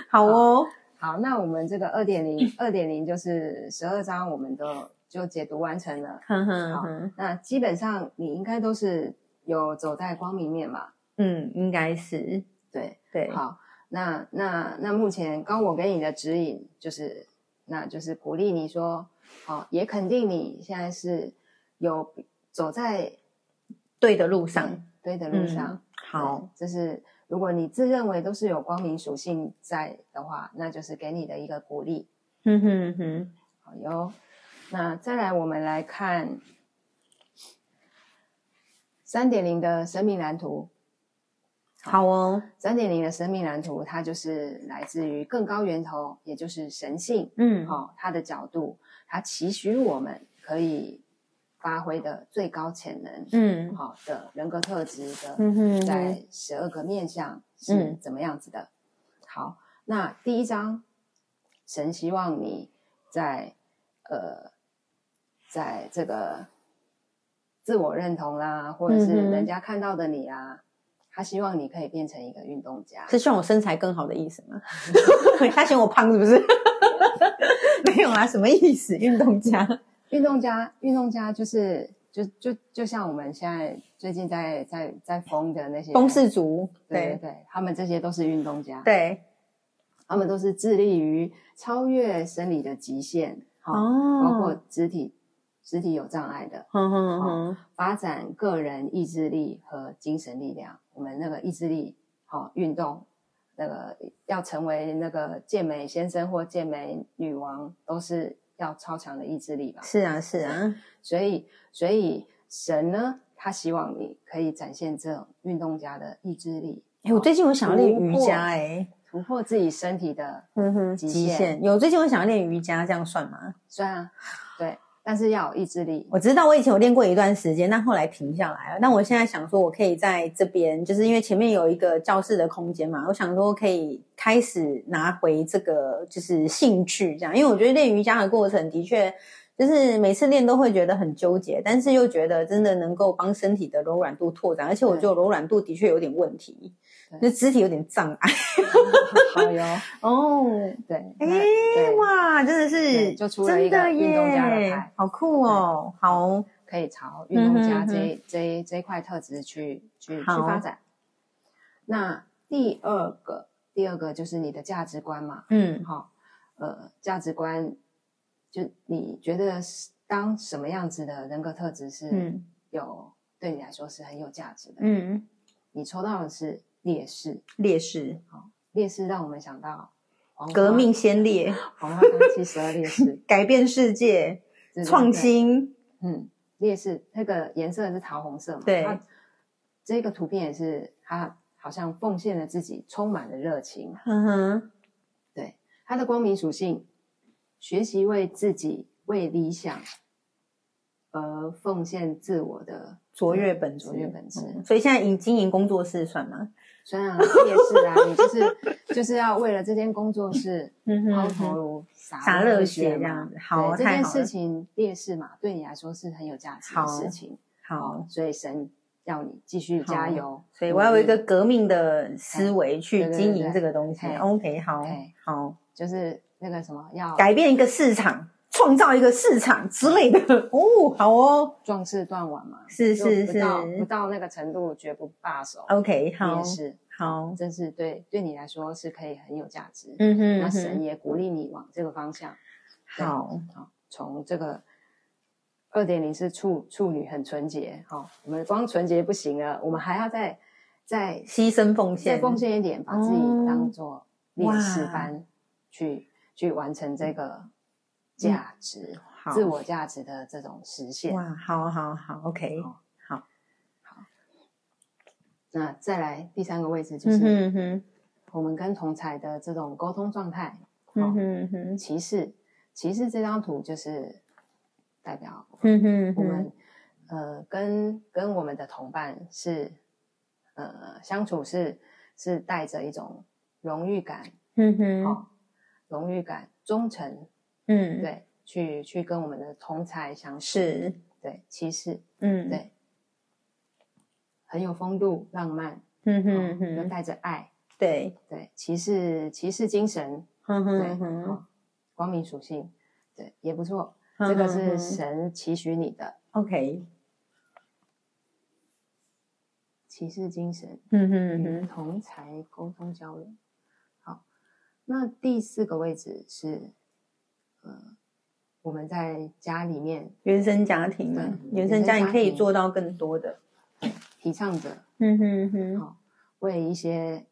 Speaker 4: 好哦，
Speaker 2: 好，那我们这个二点零二点零就是十二章，我们都就解读完成了。
Speaker 4: 哼哼哼，
Speaker 2: 那基本上你应该都是有走在光明面嘛，
Speaker 4: 嗯，应该是
Speaker 2: 对，
Speaker 4: 对，
Speaker 2: 好，那那那目前刚我给你的指引就是，那就是鼓励你说，哦，也肯定你现在是有走在
Speaker 4: 对的路上，
Speaker 2: 对的路上。
Speaker 4: 嗯好，
Speaker 2: 对，就是如果你自认为都是有光明属性在的话，那就是给你的一个鼓励。
Speaker 4: 哼哼哼，
Speaker 2: 好哟，那再来我们来看三点零的生命蓝图，
Speaker 4: 好哦，
Speaker 2: 三点零的生命蓝图，它就是来自于更高源头，也就是神性，
Speaker 4: 嗯，
Speaker 2: 哦，它的角度，它期许我们可以发挥的最高潜能，
Speaker 4: 嗯，
Speaker 2: 好、的人格特质的，
Speaker 4: 嗯哼嗯哼，
Speaker 2: 在十二个面相是怎么样子的。好，那第一章，神希望你在呃，在这个自我认同啦，或者是
Speaker 4: 嗯哼
Speaker 2: 人家看到的你啊，他希望你可以变成一个运动家。
Speaker 4: 是希望我身材更好的意思吗？ <laughs> 他嫌我胖是不 <laughs> 是？没有啊，什么意思？运动家，
Speaker 2: 运动家，运动家就是就就就像我们现在最近在在在疯的那些
Speaker 4: 风，氏族，
Speaker 2: 对对对，他们这些都是运动家。
Speaker 4: 对，
Speaker 2: 他们都是致力于超越生理的极限，好、
Speaker 4: 哦
Speaker 2: 包括哦肢体肢体有障碍的，
Speaker 4: 哼哼
Speaker 2: 好
Speaker 4: 哼，
Speaker 2: 发展个人意志力和精神力量。我们那个意志力，好、运动，那个要成为那个健美先生或健美女王，都是要超强的意志力吧。
Speaker 4: 是啊是啊，
Speaker 2: 所以，所以神呢，他希望你可以展现这种运动家的意志力，
Speaker 4: 哎，我最近我想要练
Speaker 2: 突
Speaker 4: 瑜
Speaker 2: 破
Speaker 4: 伽，哎，
Speaker 2: 突破自己身体的
Speaker 4: 嗯哼，
Speaker 2: 极
Speaker 4: 极
Speaker 2: 限
Speaker 4: 限有，最近我想要练瑜伽，这样算吗？
Speaker 2: 算啊，对，但是要有意志力。
Speaker 4: 我知道，我以前有练过一段时间，但后来停下来了。那我现在想说，我可以在这边，就是因为前面有一个教室的空间嘛，我想说可以开始拿回这个就是兴趣，这样。因为我觉得练瑜伽的过程的确，就是每次练都会觉得很纠结，但是又觉得真的能够帮身体的柔软度拓展，而且我觉得我柔软度的确有点问题， <laughs> 就
Speaker 2: 对
Speaker 4: 肢体有点障碍。 <laughs>
Speaker 2: 好哟，
Speaker 4: 哦，
Speaker 2: <laughs> 对，
Speaker 4: 哎、
Speaker 2: 那对
Speaker 4: 哇，真的是
Speaker 2: 对就出了一个
Speaker 4: 真的耶
Speaker 2: 运动家的牌
Speaker 4: 好酷哦，好哦
Speaker 2: 可以朝运动家
Speaker 4: 嗯哼
Speaker 2: 这一这一这一块特质去去去
Speaker 4: 好
Speaker 2: 发展。那第二个，第二个就是你的价值观嘛，
Speaker 4: 嗯。
Speaker 2: 好、呃，价值观就你觉得是当什么样子的人格特质是
Speaker 4: 嗯
Speaker 2: 有、对你来说是很有价值的？
Speaker 4: 嗯，
Speaker 2: 你抽到的是烈士，
Speaker 4: 烈士，
Speaker 2: 烈士让我们想到黄花
Speaker 4: 革命先烈，
Speaker 2: 黄花岗七十二 <laughs> 烈士
Speaker 4: 改变世界，
Speaker 2: 对对
Speaker 4: 创
Speaker 2: 对
Speaker 4: 新，
Speaker 2: 嗯，烈士那个颜色是桃红色嘛？
Speaker 4: 对
Speaker 2: 它这个图片也是他好像奉献了自己，充满了热情。
Speaker 4: 哼嗯哼，
Speaker 2: 对，他的光明属性，学习为自己、为理想而奉献自我的
Speaker 4: 卓越本质，
Speaker 2: 卓越本质。
Speaker 4: 嗯所以现在以经营工作室算吗？
Speaker 2: 虽然烈士啊，你就是就是要为了这间工作室
Speaker 4: 嗯
Speaker 2: 抛头颅洒
Speaker 4: 洒热
Speaker 2: 热
Speaker 4: 血这
Speaker 2: 嘛
Speaker 4: 样子好
Speaker 2: 对这
Speaker 4: 太
Speaker 2: 件
Speaker 4: 好
Speaker 2: 事
Speaker 4: 了
Speaker 2: 情，烈士嘛，对你来说是很有价值
Speaker 4: 好
Speaker 2: 的事情。
Speaker 4: 好，，
Speaker 2: 所以神要你继续加油。
Speaker 4: 所以我要有一个
Speaker 2: 努力，
Speaker 4: 革命的思维去
Speaker 2: 哎对对对哎
Speaker 4: 经营这个东西。
Speaker 2: 对
Speaker 4: OK，好
Speaker 2: 对
Speaker 4: 好，
Speaker 2: 就是那个什么，要
Speaker 4: 改变一个市场，创造一个市场之类的。哦，好哦，
Speaker 2: 壮士断腕嘛，
Speaker 4: 是
Speaker 2: 就是不
Speaker 4: 是
Speaker 2: 到不到那个程度绝不罢手。
Speaker 4: ，OK，
Speaker 2: 你
Speaker 4: 好
Speaker 2: 也，是，
Speaker 4: 好，
Speaker 2: 真是对对你来说是可以很有价值。
Speaker 4: 嗯哼，
Speaker 2: 那
Speaker 4: 嗯哼
Speaker 2: 神也鼓励你往这个方向，对
Speaker 4: 好，
Speaker 2: 好，从这个。二点零是处处女很纯洁，好、我们光纯洁不行了，我们还要再再
Speaker 4: 牺牲奉
Speaker 2: 再
Speaker 4: 献，
Speaker 2: 奉献一点，把自己当做烈士
Speaker 4: 哇
Speaker 2: 般去、去完成这个价值、
Speaker 4: 嗯好
Speaker 2: 自我价值的这种实现。
Speaker 4: 哇，好好好，OK，
Speaker 2: 好
Speaker 4: 好，
Speaker 2: 那再来第三个位置就
Speaker 4: 嗯
Speaker 2: 是
Speaker 4: 哼哼，
Speaker 2: 我们跟同才的这种沟通状态。
Speaker 4: 嗯
Speaker 2: 哦，
Speaker 4: 哼哼，
Speaker 2: 骑士，骑士这张图就是代表
Speaker 4: 嗯哼
Speaker 2: 我
Speaker 4: 哼，
Speaker 2: 们、呃跟跟我们的同伴是呃相处是是带着一种荣誉感，
Speaker 4: 嗯哼，
Speaker 2: 哦，荣誉感、忠诚，
Speaker 4: 嗯，，
Speaker 2: 对，去去跟我们的同才相处，
Speaker 4: 是，
Speaker 2: 对，歧视，
Speaker 4: 嗯，，
Speaker 2: 对，很有风度、浪漫，嗯
Speaker 4: 嗯哼
Speaker 2: 嗯，又
Speaker 4: 哼，
Speaker 2: 带着爱，
Speaker 4: 对，嗯
Speaker 2: 对，骑士骑士精神，
Speaker 4: 哼
Speaker 2: 对
Speaker 4: 哼，哼，
Speaker 2: 哦光明属性，对，也不错，
Speaker 4: 嗯
Speaker 2: 这个是神期许你的
Speaker 4: OK，
Speaker 2: 骑士精神，
Speaker 4: 嗯哼
Speaker 2: 与
Speaker 4: 哼，
Speaker 2: 同才沟通交流。好，那第四个位置是，呃，我们在家里面
Speaker 4: 原生家庭嘛，
Speaker 2: 对
Speaker 4: 原生家庭可以做到更多的，
Speaker 2: 提倡者
Speaker 4: 嗯哼哼，
Speaker 2: 为一些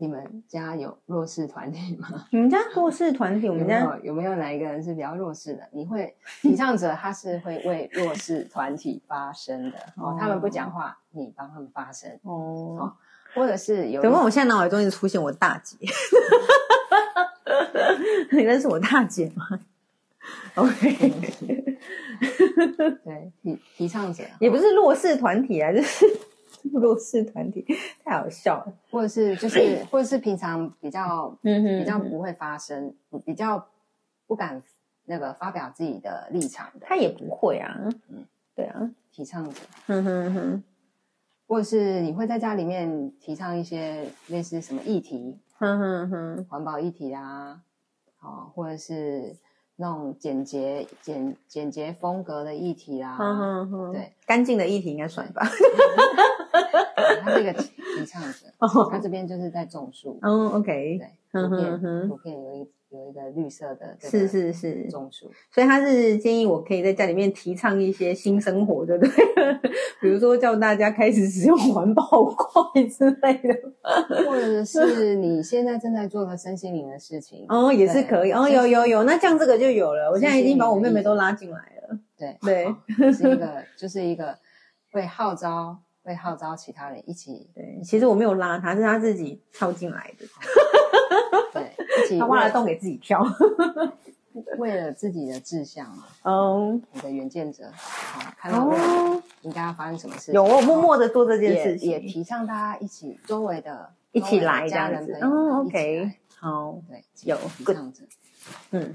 Speaker 2: 你们家有弱势团体吗？
Speaker 4: 你们家弱势团体，我
Speaker 2: 有
Speaker 4: 们
Speaker 2: 没
Speaker 4: 家
Speaker 2: 有有没有哪一个人是比较弱势的？你会提倡者他是会为弱势团体发声的哦
Speaker 4: 哦，
Speaker 2: 他们不讲话，你帮他们发声，
Speaker 4: 哦，
Speaker 2: 或者是有
Speaker 4: 怎么
Speaker 2: 一
Speaker 4: 我现在脑海中一直出现我大姐？ <laughs> 你认识我大姐吗？OK，
Speaker 2: 对提提倡者，
Speaker 4: 也不是弱势团体啊，就是 <laughs> 弱势团体，太好笑了。
Speaker 2: 或者是就是或者是平常比较
Speaker 4: 嗯哼
Speaker 2: 比较不会发声，比较不敢那个发表自己的立场的
Speaker 4: 他也不会啊，对啊，
Speaker 2: 提倡者，
Speaker 4: 嗯哼哼，
Speaker 2: 或者是你会在家里面提倡一些类似什么议题，
Speaker 4: 嗯哼哼哼，
Speaker 2: 环保议题啦，哦，或者是那种简洁简简洁风格的议题啦，
Speaker 4: 嗯哼哼哼，
Speaker 2: 对，
Speaker 4: 干净的议题应该算吧。
Speaker 2: 对他是一个提提倡者，他这边就是在种树，
Speaker 4: 嗯，OK，
Speaker 2: 对，
Speaker 4: 嗯
Speaker 2: 图
Speaker 4: 哼
Speaker 2: 片
Speaker 4: 哼
Speaker 2: 图片有一有一个绿色的，
Speaker 4: 是是是，
Speaker 2: 种树，
Speaker 4: 所以他是建议我可以在家里面提倡一些新生活，对不 <laughs> 对？比如说叫大家开始使用环保筷之类的，
Speaker 2: 或者是你现在正在做的身心灵的事情，
Speaker 4: 哦，也是可以。哦，有有有，那这样这个就有了。我现在已经把我妹妹都拉进来了。
Speaker 2: 对
Speaker 4: 对 <laughs>
Speaker 2: 好是一个就是一个会号召会号召其他人一起
Speaker 4: 对，其实我没有拉她，是她自己跳进来的，
Speaker 2: 对一起
Speaker 4: 她挖了
Speaker 2: 为
Speaker 4: 洞给自己跳。
Speaker 2: 为了自己的志向嘛，
Speaker 4: 嗯，
Speaker 2: 你的远见者，好看到未来
Speaker 4: 哦，
Speaker 2: 应该要发生什么事情，
Speaker 4: 有我默默的做这件
Speaker 2: 也
Speaker 4: 事情，
Speaker 2: 也提倡大家一起周围的
Speaker 4: 一起来
Speaker 2: 周围的
Speaker 4: 这
Speaker 2: 家
Speaker 4: 样
Speaker 2: 人
Speaker 4: 子。
Speaker 2: 朋友
Speaker 4: 哦
Speaker 2: 们一起来
Speaker 4: ，OK，好，
Speaker 2: 对
Speaker 4: 有
Speaker 2: 提
Speaker 4: good
Speaker 2: 倡者。
Speaker 4: 嗯，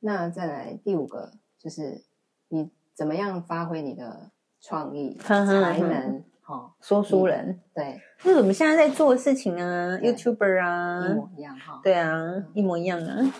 Speaker 2: 那再来第五个就是你怎么样发挥你的创
Speaker 4: <laughs>
Speaker 2: 意才能，好
Speaker 4: 说书人，
Speaker 2: 对
Speaker 4: 这是我们现在在做的事情啊
Speaker 2: 嗯对
Speaker 4: ，YouTuber
Speaker 2: 一
Speaker 4: 啊，
Speaker 2: 模一样哈。
Speaker 4: 对啊，一模一样啊。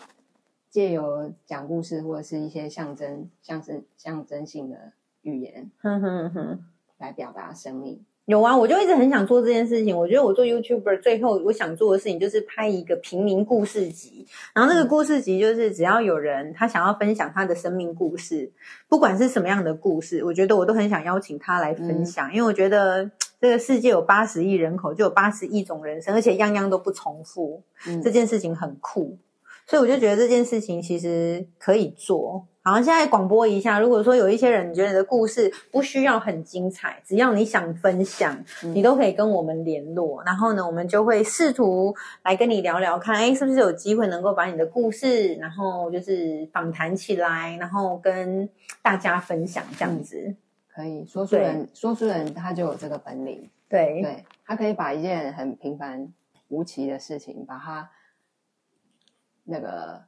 Speaker 2: 借由讲故事或者是一些象征、象征、象征性的语言
Speaker 4: 哼哼哼，
Speaker 2: 来表达生命。
Speaker 4: 有啊，我就一直很想做这件事情。我觉得我做 YouTuber 最后我想做的事情就是拍一个平民故事集，
Speaker 2: 嗯
Speaker 4: 然后那个故事集就是只要有人他想要分享他的生命故事，不管是什么样的故事，我觉得我都很想邀请他来
Speaker 2: 嗯
Speaker 4: 分享，因为我觉得。嘖这个世界有八十亿人口，就有八十亿种人生，而且样样都不重复。
Speaker 2: 嗯
Speaker 4: 这，件事情很酷，所以我就觉得这件事情其实可以做。好，现在广播一下，如果说有一些人，你觉得你的故事不需要很精彩，只要你想分享，
Speaker 2: 嗯
Speaker 4: 你都可以跟我们联络。然后呢，我们就会试图来跟你聊聊看，哎，是不是有机会能够把你的故事，然后就是访谈起来，然后跟大家分享这样子。
Speaker 2: 可以说书人，说书人他就有这个本领，
Speaker 4: 对，
Speaker 2: 对他可以把一件很平凡无奇的事情，把它那个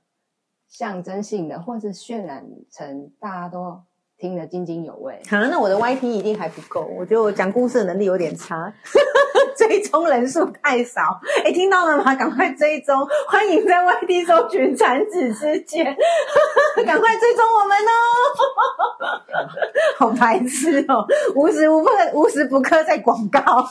Speaker 2: 象征性的，或是渲染成大家都听得津津有
Speaker 4: <laughs>
Speaker 2: 味。
Speaker 4: 好，那我的 YT 一定还不够，我觉得我讲故事的能力有点差， <laughs> 追踪人数太少。哎，听到了吗？赶快追踪，欢迎在 YT 搜寻“产子之间”， <laughs> 赶快追踪我们哦！ <laughs> 好白痴哦，无时无刻无时不刻在广告。 <laughs>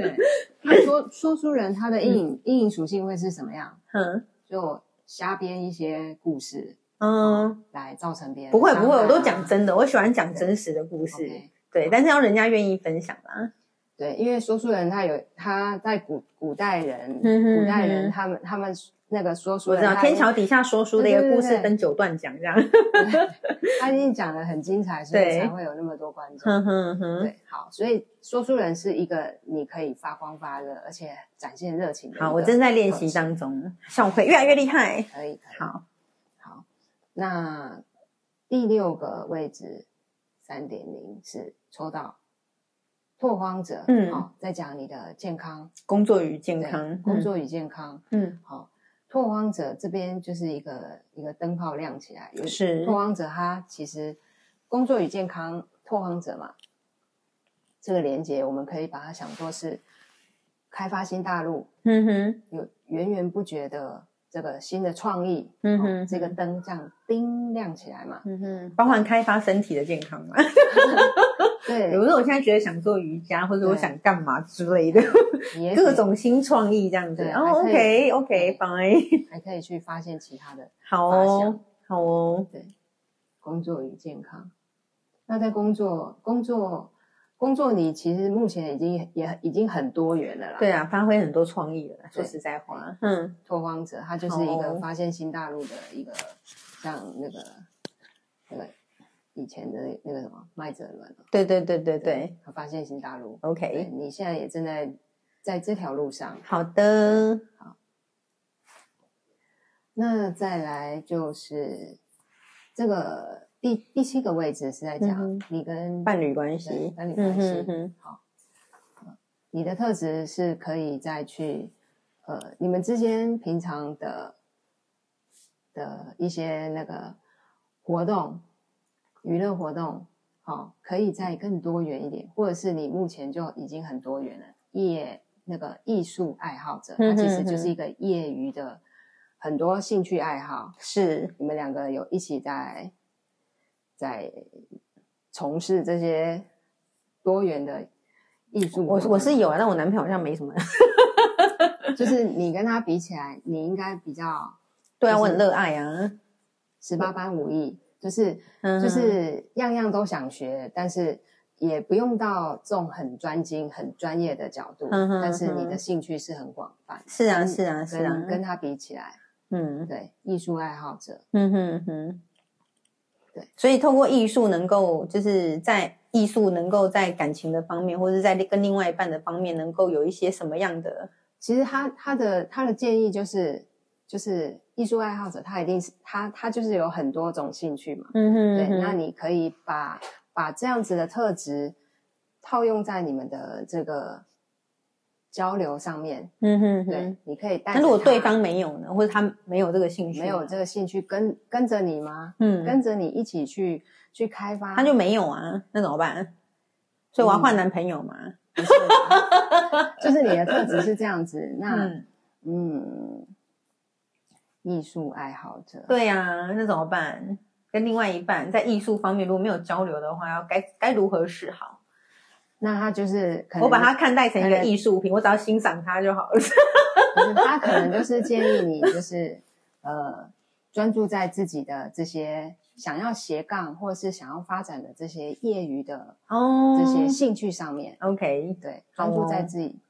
Speaker 2: <laughs> 对，说说书人他的阴影阴影属性会是什么样？
Speaker 4: 嗯
Speaker 2: 就瞎编一些故事，
Speaker 4: 嗯，
Speaker 2: 来造成别人
Speaker 4: 不会
Speaker 2: 伤
Speaker 4: 不会，
Speaker 2: 害
Speaker 4: 我都
Speaker 2: 啊
Speaker 4: 讲真的，我喜欢讲真实的故事，
Speaker 2: OK
Speaker 4: 对，但是要人家愿意分享啦。
Speaker 2: 对，因为说书人他有他在古古代人，
Speaker 4: 嗯哼
Speaker 2: 古代
Speaker 4: 嗯哼
Speaker 2: 人他们他们那个说书
Speaker 4: 我知
Speaker 2: 人，
Speaker 4: 道
Speaker 2: 他
Speaker 4: 天
Speaker 2: 已
Speaker 4: 桥底下说书的一
Speaker 2: 对
Speaker 4: 个
Speaker 2: 对
Speaker 4: 故
Speaker 2: 对
Speaker 4: 事
Speaker 2: 对
Speaker 4: 分九段讲这样。 <laughs>
Speaker 2: <laughs> 他已经讲的很精彩，所以
Speaker 4: 对嗯
Speaker 2: 才会有那么多观众。
Speaker 4: 哼哼哼。
Speaker 2: 对，好，所以说书人是一个你可以发光发热，而且展现热情的一个。
Speaker 4: 好，我正在练习当中，像我会越来越厉害。
Speaker 2: 可以，可以
Speaker 4: 好，
Speaker 2: 好。那第六个位置三点零是抽到拓荒者，
Speaker 4: 嗯
Speaker 2: 好、在讲你的健康，
Speaker 4: 工作与健
Speaker 2: 对
Speaker 4: 康，
Speaker 2: 工作与健康。
Speaker 4: 嗯，
Speaker 2: 好，拓荒者这边就是一个一个灯泡亮起来，有
Speaker 4: 是
Speaker 2: 拓荒者他其实工作与健康，拓荒者嘛，这个连接我们可以把它想作是开发新大陆，
Speaker 4: 嗯哼，
Speaker 2: 有源源不绝的这个新的创意，
Speaker 4: 嗯
Speaker 2: 哦
Speaker 4: 哼
Speaker 2: 这个灯这样叮亮起
Speaker 4: <laughs>
Speaker 2: 来嘛，
Speaker 4: 嗯哼，包含开发身体的健康嘛。比
Speaker 2: 对，
Speaker 4: 如说，我现在觉得想做瑜伽，或者我
Speaker 2: 对
Speaker 4: 想干嘛之类的，
Speaker 2: 也
Speaker 4: 各
Speaker 2: 许
Speaker 4: 种新创意这样子。
Speaker 2: 对
Speaker 4: 哦
Speaker 2: 还可以
Speaker 4: ，OK，OK，Fine，
Speaker 2: 还可以去发现其他的
Speaker 4: <laughs> 好
Speaker 2: 发想
Speaker 4: 哦，好哦，
Speaker 2: 对，工作与健康。那在工作工作工作里其实目前已经也已经很多元了啦。
Speaker 4: 对，啊，发挥很多创意了。说
Speaker 2: 对
Speaker 4: 实在话，嗯，
Speaker 2: 拓荒者他就是一
Speaker 4: 好
Speaker 2: 个
Speaker 4: 哦
Speaker 2: 发现新大陆的一个，像那个那个以前的那个什么麦哲伦哦，
Speaker 4: 对对对对对
Speaker 2: 他发现新大陆。对
Speaker 4: ，OK，
Speaker 2: 你现在也正在在这条路上。
Speaker 4: 好的，
Speaker 2: 那再来就是这个第第七个位置是在
Speaker 4: 嗯
Speaker 2: 讲
Speaker 4: 哼
Speaker 2: 你跟
Speaker 4: 伴侣关系
Speaker 2: 对，伴侣关系
Speaker 4: 嗯哼哼
Speaker 2: 你的特质是可以再去呃，你们之间平常的的一些那个活动、娱乐活动，好、可以再更多元一点，或者是你目前就已经很多元了，业那个艺术爱好者，
Speaker 4: 嗯
Speaker 2: 他其实就是一个业余的很多兴趣爱好，
Speaker 4: 是，
Speaker 2: 你们两个有一起在在从事这些多元的艺术活
Speaker 4: 我
Speaker 2: 动。
Speaker 4: 我是有啊，但我男朋友好像没什么。 <laughs>
Speaker 2: 就是你跟他比起来，你应该比较
Speaker 4: 对啊，
Speaker 2: 就是
Speaker 4: 我很热爱啊，
Speaker 2: 十八般武艺，就是
Speaker 4: 嗯
Speaker 2: 就是样样都想学，但是也不用到这种很专精、很专业的角度，
Speaker 4: 嗯哼
Speaker 2: 但是你
Speaker 4: 嗯
Speaker 2: 的
Speaker 4: 哼
Speaker 2: 兴趣是很广泛。
Speaker 4: 是啊
Speaker 2: 跟
Speaker 4: 是啊是啊
Speaker 2: 跟，跟他比起来，
Speaker 4: 嗯
Speaker 2: 对艺术爱好者，
Speaker 4: 嗯哼哼，
Speaker 2: 对，
Speaker 4: 所以透过艺术能够就是在艺术能够在感情的方面，或者在跟另外一半的方面，能够有一些什么样的
Speaker 2: 其实他他的他的建议就是就是艺术爱好者，他一定是他他就是有很多种兴趣嘛，
Speaker 4: 嗯哼
Speaker 2: 对，
Speaker 4: 哼
Speaker 2: 那你可以把把这样子的特质套用在你们的这个交流上面，
Speaker 4: 嗯哼
Speaker 2: 对
Speaker 4: 哼，，
Speaker 2: 你可以带着他。
Speaker 4: 那如果对方没有呢，或者他没有这个兴趣，
Speaker 2: 没有这，个兴趣跟跟着你吗？
Speaker 4: 嗯，
Speaker 2: 跟着你一起去去开发，
Speaker 4: 他就没有啊，那怎么办？所以我要
Speaker 2: 嗯
Speaker 4: 换男朋友嘛，
Speaker 2: 不
Speaker 4: <laughs>
Speaker 2: 是啊就是你的特质是这样子。那
Speaker 4: 嗯，
Speaker 2: 嗯，艺术爱好者，
Speaker 4: 对呀，那怎么办？跟另外一半在艺术方面如果没有交流的话，要该该如何是好？
Speaker 2: 那他就是可能
Speaker 4: 我把它看待成一
Speaker 2: 可
Speaker 4: 个
Speaker 2: 能
Speaker 4: 艺术品，我只要欣赏它就好
Speaker 2: 就
Speaker 4: 了。
Speaker 2: 是他可能就是建议你，就是呃，专注在自己的这些想要斜杠或是想要发展的这些业余的
Speaker 4: 哦
Speaker 2: <laughs> 这些兴趣上面，
Speaker 4: OK，
Speaker 2: 对，
Speaker 4: 好哦
Speaker 2: 专注在自己、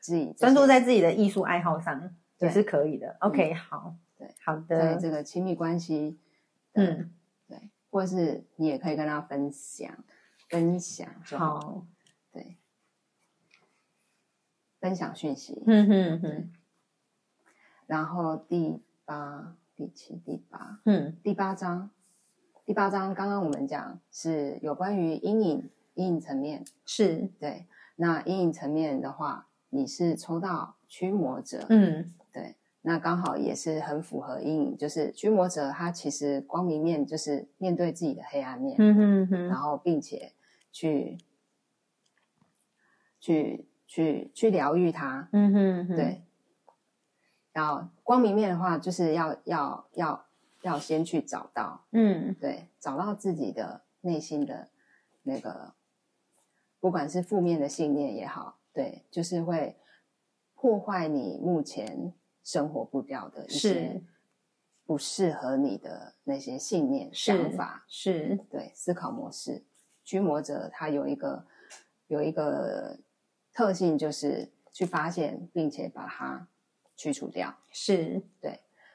Speaker 2: 自己这些
Speaker 4: 专注在自己的艺术爱好上也
Speaker 2: 对嗯
Speaker 4: 是可以的。OK，、好，
Speaker 2: 对，
Speaker 4: 好
Speaker 2: 在
Speaker 4: 的，
Speaker 2: 这个亲密关系，
Speaker 4: 嗯，
Speaker 2: 对，或是你也可以跟他分享，分享就好，
Speaker 4: 好，
Speaker 2: 对，分享讯息，
Speaker 4: 嗯哼哼，
Speaker 2: 然后第八、第七、第八，
Speaker 4: 嗯
Speaker 2: 第八章，第八章刚刚我们讲是有关于阴影阴影层面，
Speaker 4: 是，
Speaker 2: 对。那阴影层面的话，你是抽到驱魔者，
Speaker 4: 嗯
Speaker 2: 对，那刚好也是很符合阴影，就是驱魔者他其实光明面就是面对自己的黑暗面，
Speaker 4: 嗯哼
Speaker 2: 然
Speaker 4: 哼，
Speaker 2: 后并且去去去去疗愈它，
Speaker 4: 嗯哼哼，
Speaker 2: 对。然后光明面的话，就是要要要要先去找到，
Speaker 4: 嗯
Speaker 2: 对，找到自己的内心的那个，不管是负面的信念也好，对，就是会破坏你目前生活步调的一些
Speaker 4: 是
Speaker 2: 不适合你的那些信念、想法，
Speaker 4: 是，
Speaker 2: 对，思考模式。驱魔者他有一个有一个特性，就是去发现并且把它去除掉，
Speaker 4: 是，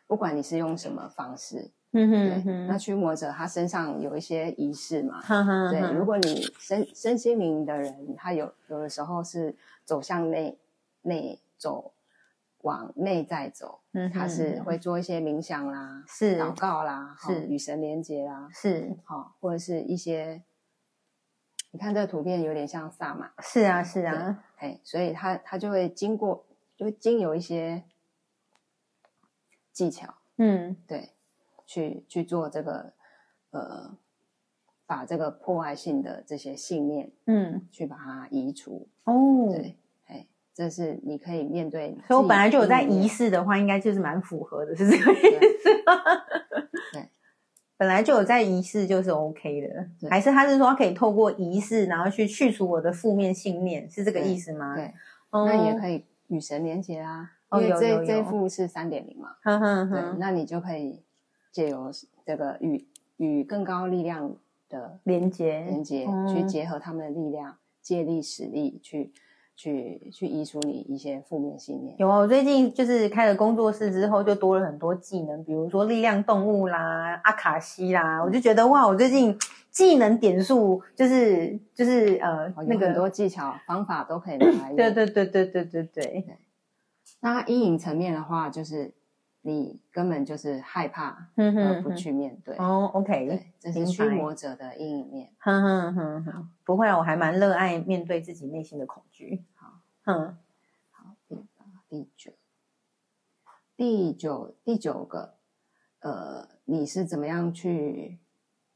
Speaker 2: 不管你是用什么方式，
Speaker 4: 嗯
Speaker 2: 对
Speaker 4: 哼，哼，嗯
Speaker 2: 那驱魔者他身上有一些仪式嘛，
Speaker 4: 哈哈，
Speaker 2: 对，
Speaker 4: 哈
Speaker 2: 如果你身身心灵的人，他有有的时候是走向内内走，往内在走，
Speaker 4: 嗯哼
Speaker 2: 他是会做一些冥想啦、
Speaker 4: 是
Speaker 2: 祷告啦、哈
Speaker 4: 是
Speaker 2: 与神连接啦，
Speaker 4: 是
Speaker 2: 好，或者是一些，你看这个图片有点像萨满，
Speaker 4: 是啊是啊，
Speaker 2: 哎，所以他他就会经过，就会经由一些技巧，
Speaker 4: 嗯
Speaker 2: 对，去去做这个呃，把这个破坏性的这些信念
Speaker 4: 嗯，
Speaker 2: 去把它移除。
Speaker 4: 哦。
Speaker 2: 对，哎，这是你可以面对。
Speaker 4: 所以我本来就有在仪
Speaker 2: 移，
Speaker 4: 式的话，应该就是蛮符合的，是这个意思吗？
Speaker 2: 对
Speaker 4: 本来就有在仪式，就是 OK 的，
Speaker 2: 对
Speaker 4: 还是他是说他可以透过仪式，然后去去除我的负面信念，是这个
Speaker 2: 对
Speaker 4: 意思吗？ <laughs>
Speaker 2: 对，
Speaker 4: 哦，
Speaker 2: 那也可以与神连接啊，
Speaker 4: 哦
Speaker 2: 因为
Speaker 4: 有有
Speaker 2: 这这
Speaker 4: 有
Speaker 2: 幅是三点零嘛，
Speaker 4: 哼哼
Speaker 2: 对，
Speaker 4: 哼，
Speaker 2: 那你就可以借由这个与与更高力量的
Speaker 4: 连接
Speaker 2: 连接，
Speaker 4: 哦
Speaker 2: 去结合他们的力量，借力使力去去去移除你一些负面信念。
Speaker 4: 有啊，我最近就是开了工作室之后，就多了很多技能，比如说力量动物啦、阿卡西啦，我就觉得哇，我最近技能点数就是就是呃
Speaker 2: 哦有
Speaker 4: 那个
Speaker 2: 很多技巧、方法都可以拿来用。
Speaker 4: <coughs> 对对对对对对对，
Speaker 2: 那阴影层面的话，就是你根本就是害怕
Speaker 4: 嗯
Speaker 2: 而
Speaker 4: 哼
Speaker 2: 呃不
Speaker 4: 哼，
Speaker 2: 去面对，
Speaker 4: 哦，OK，
Speaker 2: 对，这是
Speaker 4: 明
Speaker 2: 驱
Speaker 4: 白
Speaker 2: 魔者的阴影面。
Speaker 4: 哼哼哼哼，不会啊，我还蛮
Speaker 2: 嗯
Speaker 4: 热爱面对自己内心的恐惧。
Speaker 2: 好，
Speaker 4: 嗯，
Speaker 2: 好，第八第九，第九第九个，呃，你是怎么样去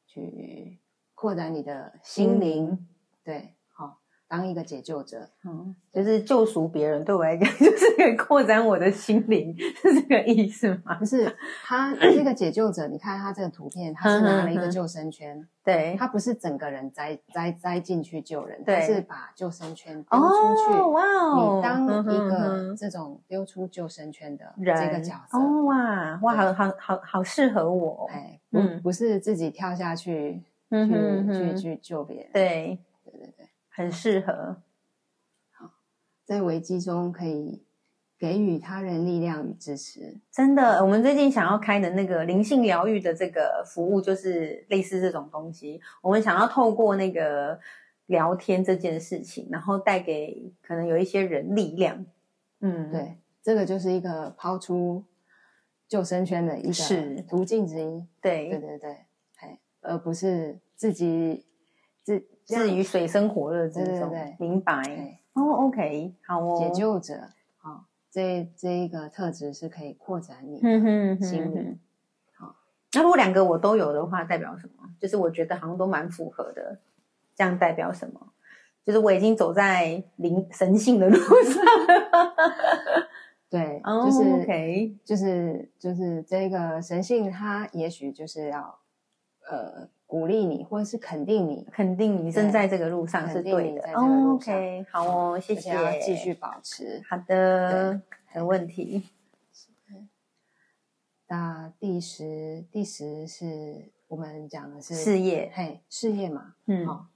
Speaker 2: 去扩展你的心灵？对，好、当一个解救者，
Speaker 4: 嗯，就是救赎别人，对我来讲 <laughs> 就是可以扩展我的心灵， <laughs> 是这个意思吗？
Speaker 2: 不是
Speaker 4: <coughs>
Speaker 2: 他这个解救者，你看他这个图片，他是拿了
Speaker 4: 嗯
Speaker 2: 一个救生圈，
Speaker 4: 对，
Speaker 2: 他不是整个人栽栽栽进去救人，
Speaker 4: 对
Speaker 2: 他是把救生圈丢出去。
Speaker 4: 哦，哇哦，
Speaker 2: 你当
Speaker 4: 嗯
Speaker 2: 一
Speaker 4: 哼
Speaker 2: 个
Speaker 4: 哼
Speaker 2: 这种丢出救生圈的
Speaker 4: 人
Speaker 2: 这个角色，
Speaker 4: 哦哇哇，好
Speaker 2: 对
Speaker 4: 好好好适合我，
Speaker 2: 哎，不、
Speaker 4: 嗯
Speaker 2: 不是自己跳下去去、
Speaker 4: 嗯哼
Speaker 2: 去
Speaker 4: 哼，
Speaker 2: 去救别人。
Speaker 4: 对，
Speaker 2: 对对对，
Speaker 4: 很适合，
Speaker 2: 在危机中可以给予他人力量与支持。
Speaker 4: 真的，我们最近想要开的那个灵性疗愈的这个服务，就是类似这种东西。我们想要透过那个聊天这件事情，然后带给可能有一些人力量。嗯，
Speaker 2: 对，这个就是一个抛出救生圈的一
Speaker 4: 是
Speaker 2: 个途径之一。
Speaker 4: 对，
Speaker 2: 对对对，哎，而不是自己自这样
Speaker 4: 至于水深火热之
Speaker 2: 对对
Speaker 4: 中，
Speaker 2: 对
Speaker 4: 明白。
Speaker 2: 哎
Speaker 4: 哦，OK，好哦，
Speaker 2: 解救者啊、哦，这这一个特质是可以扩展你的
Speaker 4: 嗯哼
Speaker 2: 心
Speaker 4: 哼
Speaker 2: 灵
Speaker 4: 哼。那如果两个我都有的话，代表什么？就是我觉得好像都蛮符合的，这样代表什么？就是我已经走在灵神性的路上。
Speaker 2: 对，
Speaker 4: 哦
Speaker 2: 就是、
Speaker 4: OK
Speaker 2: 就是就是这个神性，它也许就是要呃鼓励你，或者是肯定你，
Speaker 4: 肯定你正在这个路上是
Speaker 2: 肯
Speaker 4: 对
Speaker 2: 定你
Speaker 4: 的
Speaker 2: 在。这个
Speaker 4: 哦
Speaker 2: 路上
Speaker 4: OK，好哦，谢
Speaker 2: 而且
Speaker 4: 谢。
Speaker 2: 要继续。保持。
Speaker 4: 好的
Speaker 2: 对，
Speaker 4: 没问题。
Speaker 2: 那第十第十是我们讲的是
Speaker 4: 事业，
Speaker 2: 嘿事业嘛，
Speaker 4: 嗯
Speaker 2: 好、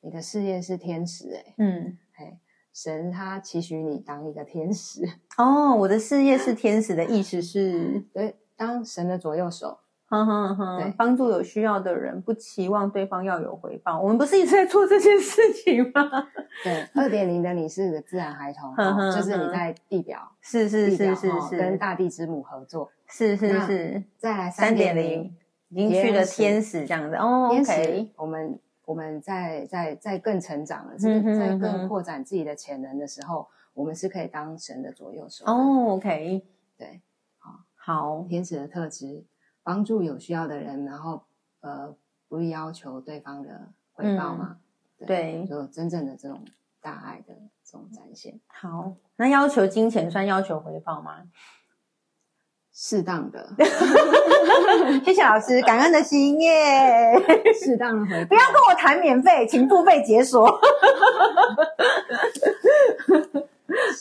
Speaker 2: 你的事业是天使哎、
Speaker 4: 嗯，
Speaker 2: 嘿，神他期许你当一个天使， <laughs>
Speaker 4: 哦，我的事业是天使的意思是，
Speaker 2: 对，当神的左右手，
Speaker 4: 哼哼哼
Speaker 2: 对，
Speaker 4: 帮助有需要的人，不期望对方要有回报。我们不是一直在做这件事情吗？ <laughs>
Speaker 2: 对，二点零的你是个自然孩童，
Speaker 4: 嗯哼哼
Speaker 2: 哦就是你
Speaker 4: 哼
Speaker 2: 在地表
Speaker 4: 是是
Speaker 2: 地表
Speaker 4: 是是
Speaker 2: 哦
Speaker 4: 是，
Speaker 2: 跟大地之母合作，
Speaker 4: 是是
Speaker 2: 那
Speaker 4: 是，
Speaker 2: 再来
Speaker 4: 三点
Speaker 2: 零
Speaker 4: 零。已经去了
Speaker 2: 天使
Speaker 4: 天使这样子哦
Speaker 2: 天
Speaker 4: ，OK，
Speaker 2: 使，我们我们在在在更成长了，
Speaker 4: 嗯哼
Speaker 2: 是在
Speaker 4: 嗯哼
Speaker 2: 更扩展自己的潜能的时候，我们是可以当神的左右手的。
Speaker 4: 哦，OK，
Speaker 2: 对，
Speaker 4: 好，
Speaker 2: 天使的特质，帮助有需要的人，然后呃，不要求对方的回报嘛，
Speaker 4: 嗯对
Speaker 2: 就真正的这种大爱的这种展现，
Speaker 4: 好，那要求金钱算要求回报吗？
Speaker 2: 适当的
Speaker 4: <laughs> 谢谢老师，感恩的心 <laughs> 耶！
Speaker 2: 适当的回
Speaker 4: 不
Speaker 2: 报
Speaker 4: 要，跟我谈免费，请付费解锁。
Speaker 2: 适当的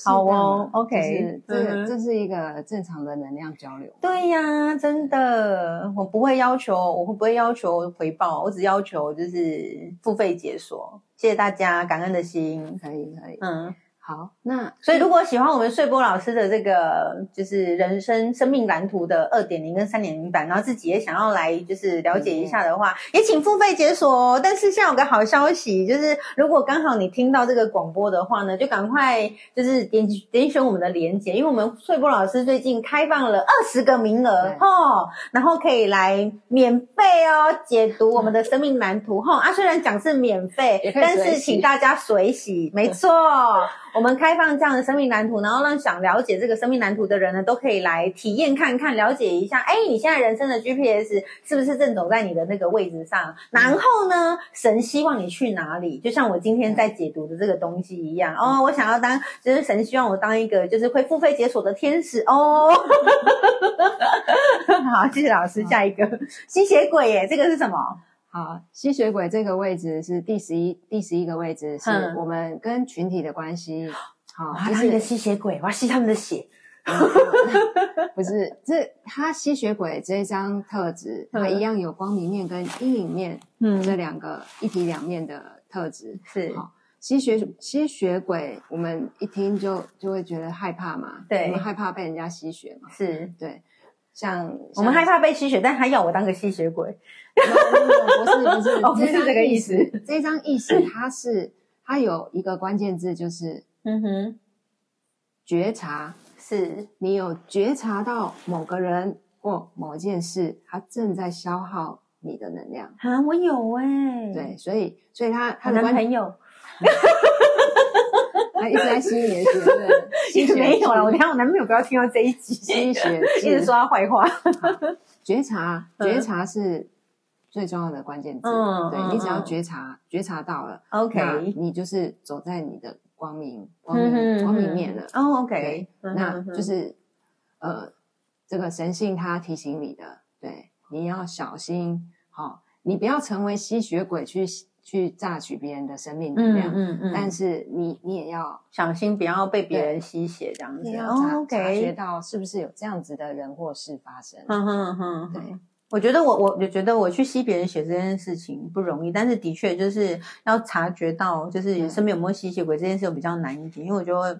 Speaker 4: 好哦，OK，
Speaker 2: 就是这
Speaker 4: 嗯哼
Speaker 2: 个这是一个正常的能量交流，
Speaker 4: <laughs> 对呀、真的，我不会要求，我会不会要求回报？我只要求就是付费解锁。谢谢大家，感恩的心。
Speaker 2: 可以可以，
Speaker 4: 嗯，
Speaker 2: 好，那
Speaker 4: 所以如果喜欢我们穗波老师的这个就是人生生命蓝图的二点零跟三点零版，然后自己也想要来就是了解一下的话，也请付费解锁哦。但是现在有个好消息，就是如果刚好你听到这个广播的话呢，就赶快就是点点选我们的连接，因为我们穗波老师最近开放了二十个名额
Speaker 2: 对
Speaker 4: 哦，然后可以来免费哦解读我们的生命蓝图哈、哦。啊，虽然讲是免费
Speaker 2: 也，可以
Speaker 4: 但
Speaker 2: 随
Speaker 4: 是
Speaker 2: 喜
Speaker 4: 请大家随喜，没错。 <laughs> 我们开放这样的生命蓝图，然后让想了解这个生命蓝图的人呢，都可以来体验看看，了解一下。哎，你现在人生的 GPS 是不是正走在你的那个位置上？然后
Speaker 2: 嗯
Speaker 4: 呢，神希望你去哪里？就像我今天在解读的这个东西一样。哦，我想要当，就是神希望我当一个就是会付费解锁的天使哦。好，谢谢老师。下一个吸血鬼耶，这个是什么？
Speaker 2: 好，吸血鬼这个位置是第十一第十一个位置，是
Speaker 4: 嗯
Speaker 2: 我们跟群体的关系。好
Speaker 4: 我，要
Speaker 2: 就
Speaker 4: 当一个
Speaker 2: 是
Speaker 4: 吸血鬼，我要吸他们的血。
Speaker 2: 不是这他吸血鬼这一张特质，它
Speaker 4: 嗯
Speaker 2: 一样有光明面跟阴影面
Speaker 4: 嗯
Speaker 2: 这两个一体两面的特质。
Speaker 4: 是
Speaker 2: 好，吸血吸血鬼，我们一听就就会觉得害怕嘛，
Speaker 4: 对
Speaker 2: 我们害怕被人家吸血嘛，
Speaker 4: 是
Speaker 2: 对，像
Speaker 4: 我们害
Speaker 2: 怕，
Speaker 4: 怕被吸血，但他要我当个吸血鬼，
Speaker 2: no，no，no，不是
Speaker 4: 哦，不
Speaker 2: 不是，
Speaker 4: 是这个意思。
Speaker 2: 这一张意识它是它有一个关键字就是
Speaker 4: 嗯哼，
Speaker 2: 觉察，
Speaker 4: 是
Speaker 2: 你有觉察到某个人或某件事，它正在消耗你的能量。
Speaker 4: 啊，我有哎、，
Speaker 2: 对，所以所以他他
Speaker 4: 我
Speaker 2: 的
Speaker 4: 男
Speaker 2: 观
Speaker 4: 朋友
Speaker 2: 他一直在吸你的血，
Speaker 4: <laughs>
Speaker 2: 对不对 <laughs> 吸血
Speaker 4: 没有了，
Speaker 2: 剂
Speaker 4: 我等一下我男朋友不要听到这一集，
Speaker 2: 吸血
Speaker 4: <laughs> 一直
Speaker 2: 剂
Speaker 4: 说他
Speaker 2: <laughs>
Speaker 4: 坏话。
Speaker 2: 觉察，
Speaker 4: 嗯
Speaker 2: 觉察是最重要的关键字。
Speaker 4: 嗯嗯
Speaker 2: 对你只要
Speaker 4: 嗯
Speaker 2: 觉察，觉察到了，那
Speaker 4: OK，
Speaker 2: 你就是走在你的光明光
Speaker 4: 嗯
Speaker 2: 明光明面了。
Speaker 4: 哦
Speaker 2: 对
Speaker 4: ，OK，，
Speaker 2: 那就是呃，这个神性它提醒你的，对，你要小心，好、你不要成为吸血鬼去去榨取别人的生命能
Speaker 4: 嗯
Speaker 2: 量，
Speaker 4: 嗯嗯，
Speaker 2: 但是你你也要
Speaker 4: 小心不要被别人吸血这样
Speaker 2: 也
Speaker 4: 子。
Speaker 2: 要察、
Speaker 4: 哦
Speaker 2: 察觉
Speaker 4: ，OK，
Speaker 2: 到是不是有这样子的人或事发生。
Speaker 4: 哼哼哼
Speaker 2: 对
Speaker 4: 哼。我觉得我我我觉得我去吸别人血这件事情不容易，但是的确就是要察觉到，就是
Speaker 2: 嗯
Speaker 4: 身边有没有吸血鬼这件事比较难一点，因为我就会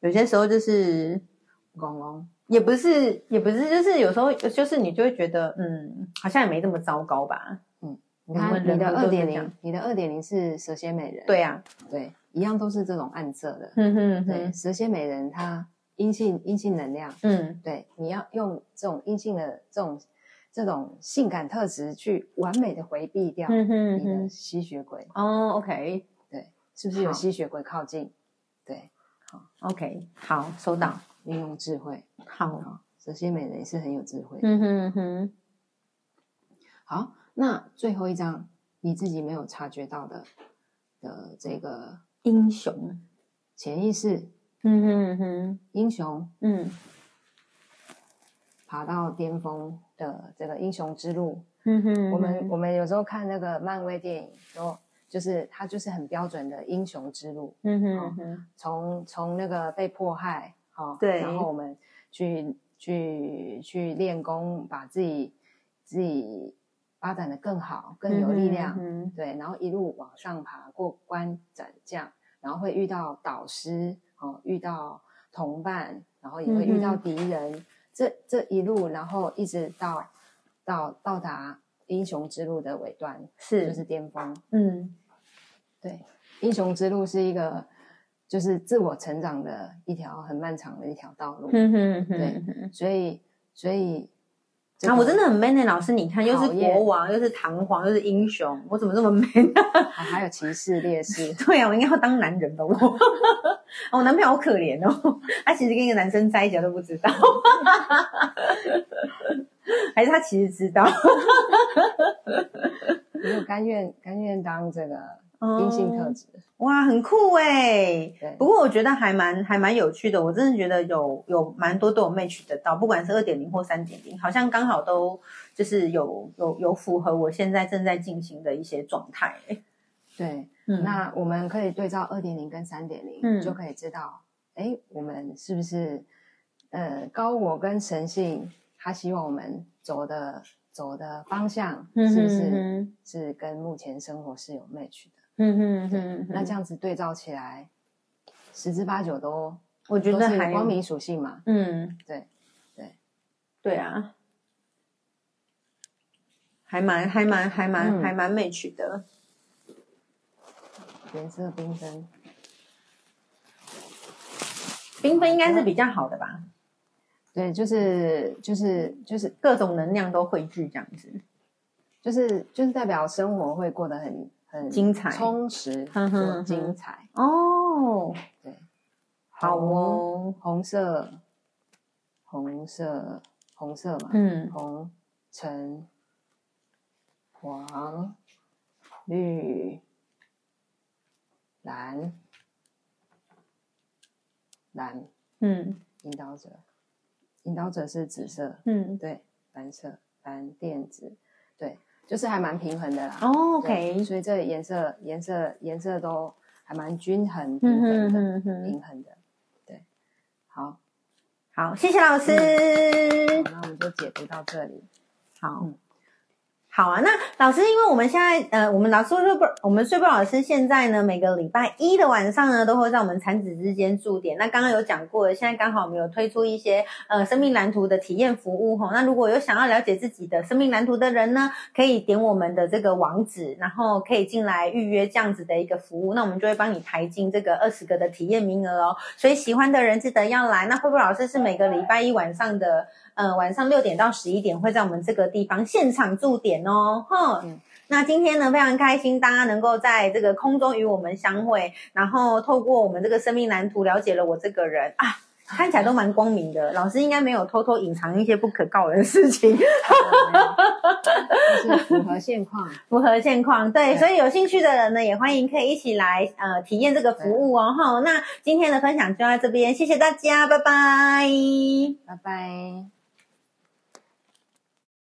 Speaker 4: 有些时候就是
Speaker 2: 公公，
Speaker 4: 也不是也不是，就是有时候就是你就会觉得嗯，好像也没这么糟糕吧？
Speaker 2: 你
Speaker 4: 我
Speaker 2: 看
Speaker 4: 们
Speaker 2: 你
Speaker 4: 人
Speaker 2: 的
Speaker 4: 不都
Speaker 2: 二
Speaker 4: 是
Speaker 2: 点
Speaker 4: 这
Speaker 2: 零
Speaker 4: 样，
Speaker 2: 你的二点零是蛇蝎美人，
Speaker 4: 对啊呀、
Speaker 2: 对，一样都是这种暗色
Speaker 4: <laughs>
Speaker 2: 的。
Speaker 4: 嗯哼
Speaker 2: 对，
Speaker 4: 哼，
Speaker 2: 蛇蝎美人它阴性阴性能量，
Speaker 4: 嗯，
Speaker 2: 对，你要用这种阴性的这种这种性感特质去完美的回避掉
Speaker 4: 嗯哼
Speaker 2: 你的
Speaker 4: 哼，
Speaker 2: 吸血鬼，
Speaker 4: 哦，OK，
Speaker 2: 是不是有
Speaker 4: 好
Speaker 2: 吸血鬼靠近？对，
Speaker 4: OK，好，收到。
Speaker 2: 运用智慧，
Speaker 4: 好，
Speaker 2: 蛇蝎美人也是很有智慧。
Speaker 4: 嗯哼嗯哼，
Speaker 2: 好，那最后一张你自己没有察觉到的的这个
Speaker 4: 英雄，
Speaker 2: 潜意识
Speaker 4: 嗯哼嗯哼，
Speaker 2: 英雄
Speaker 4: 嗯
Speaker 2: 爬到巅峰的这个英雄之路，
Speaker 4: 嗯哼，
Speaker 2: 我们我们有时候看那个漫威电影，都就是它就是很标准的英雄之路，
Speaker 4: 嗯哼嗯哼，
Speaker 2: 从从那个被迫害，好、
Speaker 4: 对
Speaker 2: 然后我们去去去练功，把自己自己发展的更好，更有力量，
Speaker 4: 嗯
Speaker 2: 对，然后一路往上爬，过关斩将，然后会遇到导师，哦，遇到同伴，然后也会遇到
Speaker 4: 嗯
Speaker 2: 敌人，这这一路，然后一直到到到达英雄之路的尾端，
Speaker 4: 是，
Speaker 2: 就是巅峰。
Speaker 4: 嗯
Speaker 2: 对，英雄之路是一个就是自我成长的一条很漫长的一条道路，
Speaker 4: 嗯哼
Speaker 2: 对
Speaker 4: 嗯哼。
Speaker 2: 所以所以、这
Speaker 4: <laughs> 啊，
Speaker 2: 个
Speaker 4: 我真的很 man 的老师，你看，又是
Speaker 2: 讨厌
Speaker 4: 国王，又是唐皇，又是英雄，我怎么这么 man 啊？，
Speaker 2: 还还有歧视劣势
Speaker 4: 对啊，我应该要当男人吧？我， <laughs> 哦我男朋友好可怜哦，他其实跟一个男生在一起他都不知道， <laughs> 还是他其实知道？
Speaker 2: <laughs> 我就甘愿甘愿当这个阴性特质。
Speaker 4: 哇，很酷哎
Speaker 2: 对！
Speaker 4: 哦不过我觉得还蛮还蛮有趣的，我真的觉得有有蛮多都有 match 得到，不管是二点零或三点零，好像刚好都就是有有有符合我现在正在进行的一些状态欸。
Speaker 2: 对，
Speaker 4: 嗯
Speaker 2: 那我们可以对照二点零跟三点
Speaker 4: 嗯
Speaker 2: 零，就可以知道，哎，我们是不是呃高我跟神性，他希望我们走的走的方向是不是
Speaker 4: 嗯
Speaker 2: 是跟目前生活是有 match 的？
Speaker 4: 嗯嗯嗯，
Speaker 2: 那这样子对照起来，十之八九都
Speaker 4: 我觉
Speaker 2: 都
Speaker 4: 得
Speaker 2: 是
Speaker 4: 还
Speaker 2: 光明属性嘛。
Speaker 4: 嗯
Speaker 2: 对
Speaker 4: 对啊，还蛮还蛮还蛮、
Speaker 2: 嗯
Speaker 4: 还蛮 match 的。
Speaker 2: 颜色缤纷，
Speaker 4: 缤纷应该是比较好的吧，
Speaker 2: 对，就是就是就是
Speaker 4: 各种能量都汇聚这样子。
Speaker 2: 就是就是代表生活会过得很很
Speaker 4: 精彩嗯
Speaker 2: 充实
Speaker 4: 哼哼
Speaker 2: 又
Speaker 4: 哼
Speaker 2: 精彩。
Speaker 4: 哦，
Speaker 2: 对，
Speaker 4: 好哦，
Speaker 2: 红色，红色，红色嘛，
Speaker 4: 嗯
Speaker 2: 红、橙、黄、绿、蓝、蓝，
Speaker 4: 嗯
Speaker 2: 引导者，引导者是紫色，
Speaker 4: 嗯
Speaker 2: 对，蓝色，蓝靛紫，对，就是还蛮平衡的啦。
Speaker 4: 哦
Speaker 2: 对
Speaker 4: ，OK，
Speaker 2: 所以这颜色、颜色、颜色都还蛮均衡、平
Speaker 4: 嗯
Speaker 2: 衡
Speaker 4: 哼
Speaker 2: 的。
Speaker 4: 哼哼，
Speaker 2: 平衡的。对，好，
Speaker 4: 好，谢谢老师。
Speaker 2: 嗯那我们就解读到这里。
Speaker 4: 好，嗯好啊，那老师，因为我们现在呃，我们老师睡不，我们睡不老师现在呢，每个礼拜一的晚上呢，都会在我们产子之间驻点。那刚刚有讲过了，现在刚好我们有推出一些呃生命蓝图的体验服务吼。那如果有想要了解自己的生命蓝图的人呢，可以点我们的这个网址，然后可以进来预约这样子的一个服务，那我们就会帮你排进这个二十个的体验名额哦。所以喜欢的人记得要来。那慧慧老师是每个礼拜一晚上的呃晚上六点到十一点会在我们这个地方现场驻点哦，哈。
Speaker 2: 嗯
Speaker 4: 那今天呢，非常开心，大家能够在这个空中与我们相会，然后透过我们这个生命蓝图了解了我这个人啊，看起来都蛮光明的。老师应该没有偷偷隐藏一些不可告人的事情，
Speaker 2: 就是符合现况。
Speaker 4: 符合现况。对，
Speaker 2: 对
Speaker 4: 所以有兴趣的人呢，也欢迎可以一起来呃体验这个服务哦。哈，那今天的分享就到这边，谢谢大家，拜拜。
Speaker 2: 拜拜。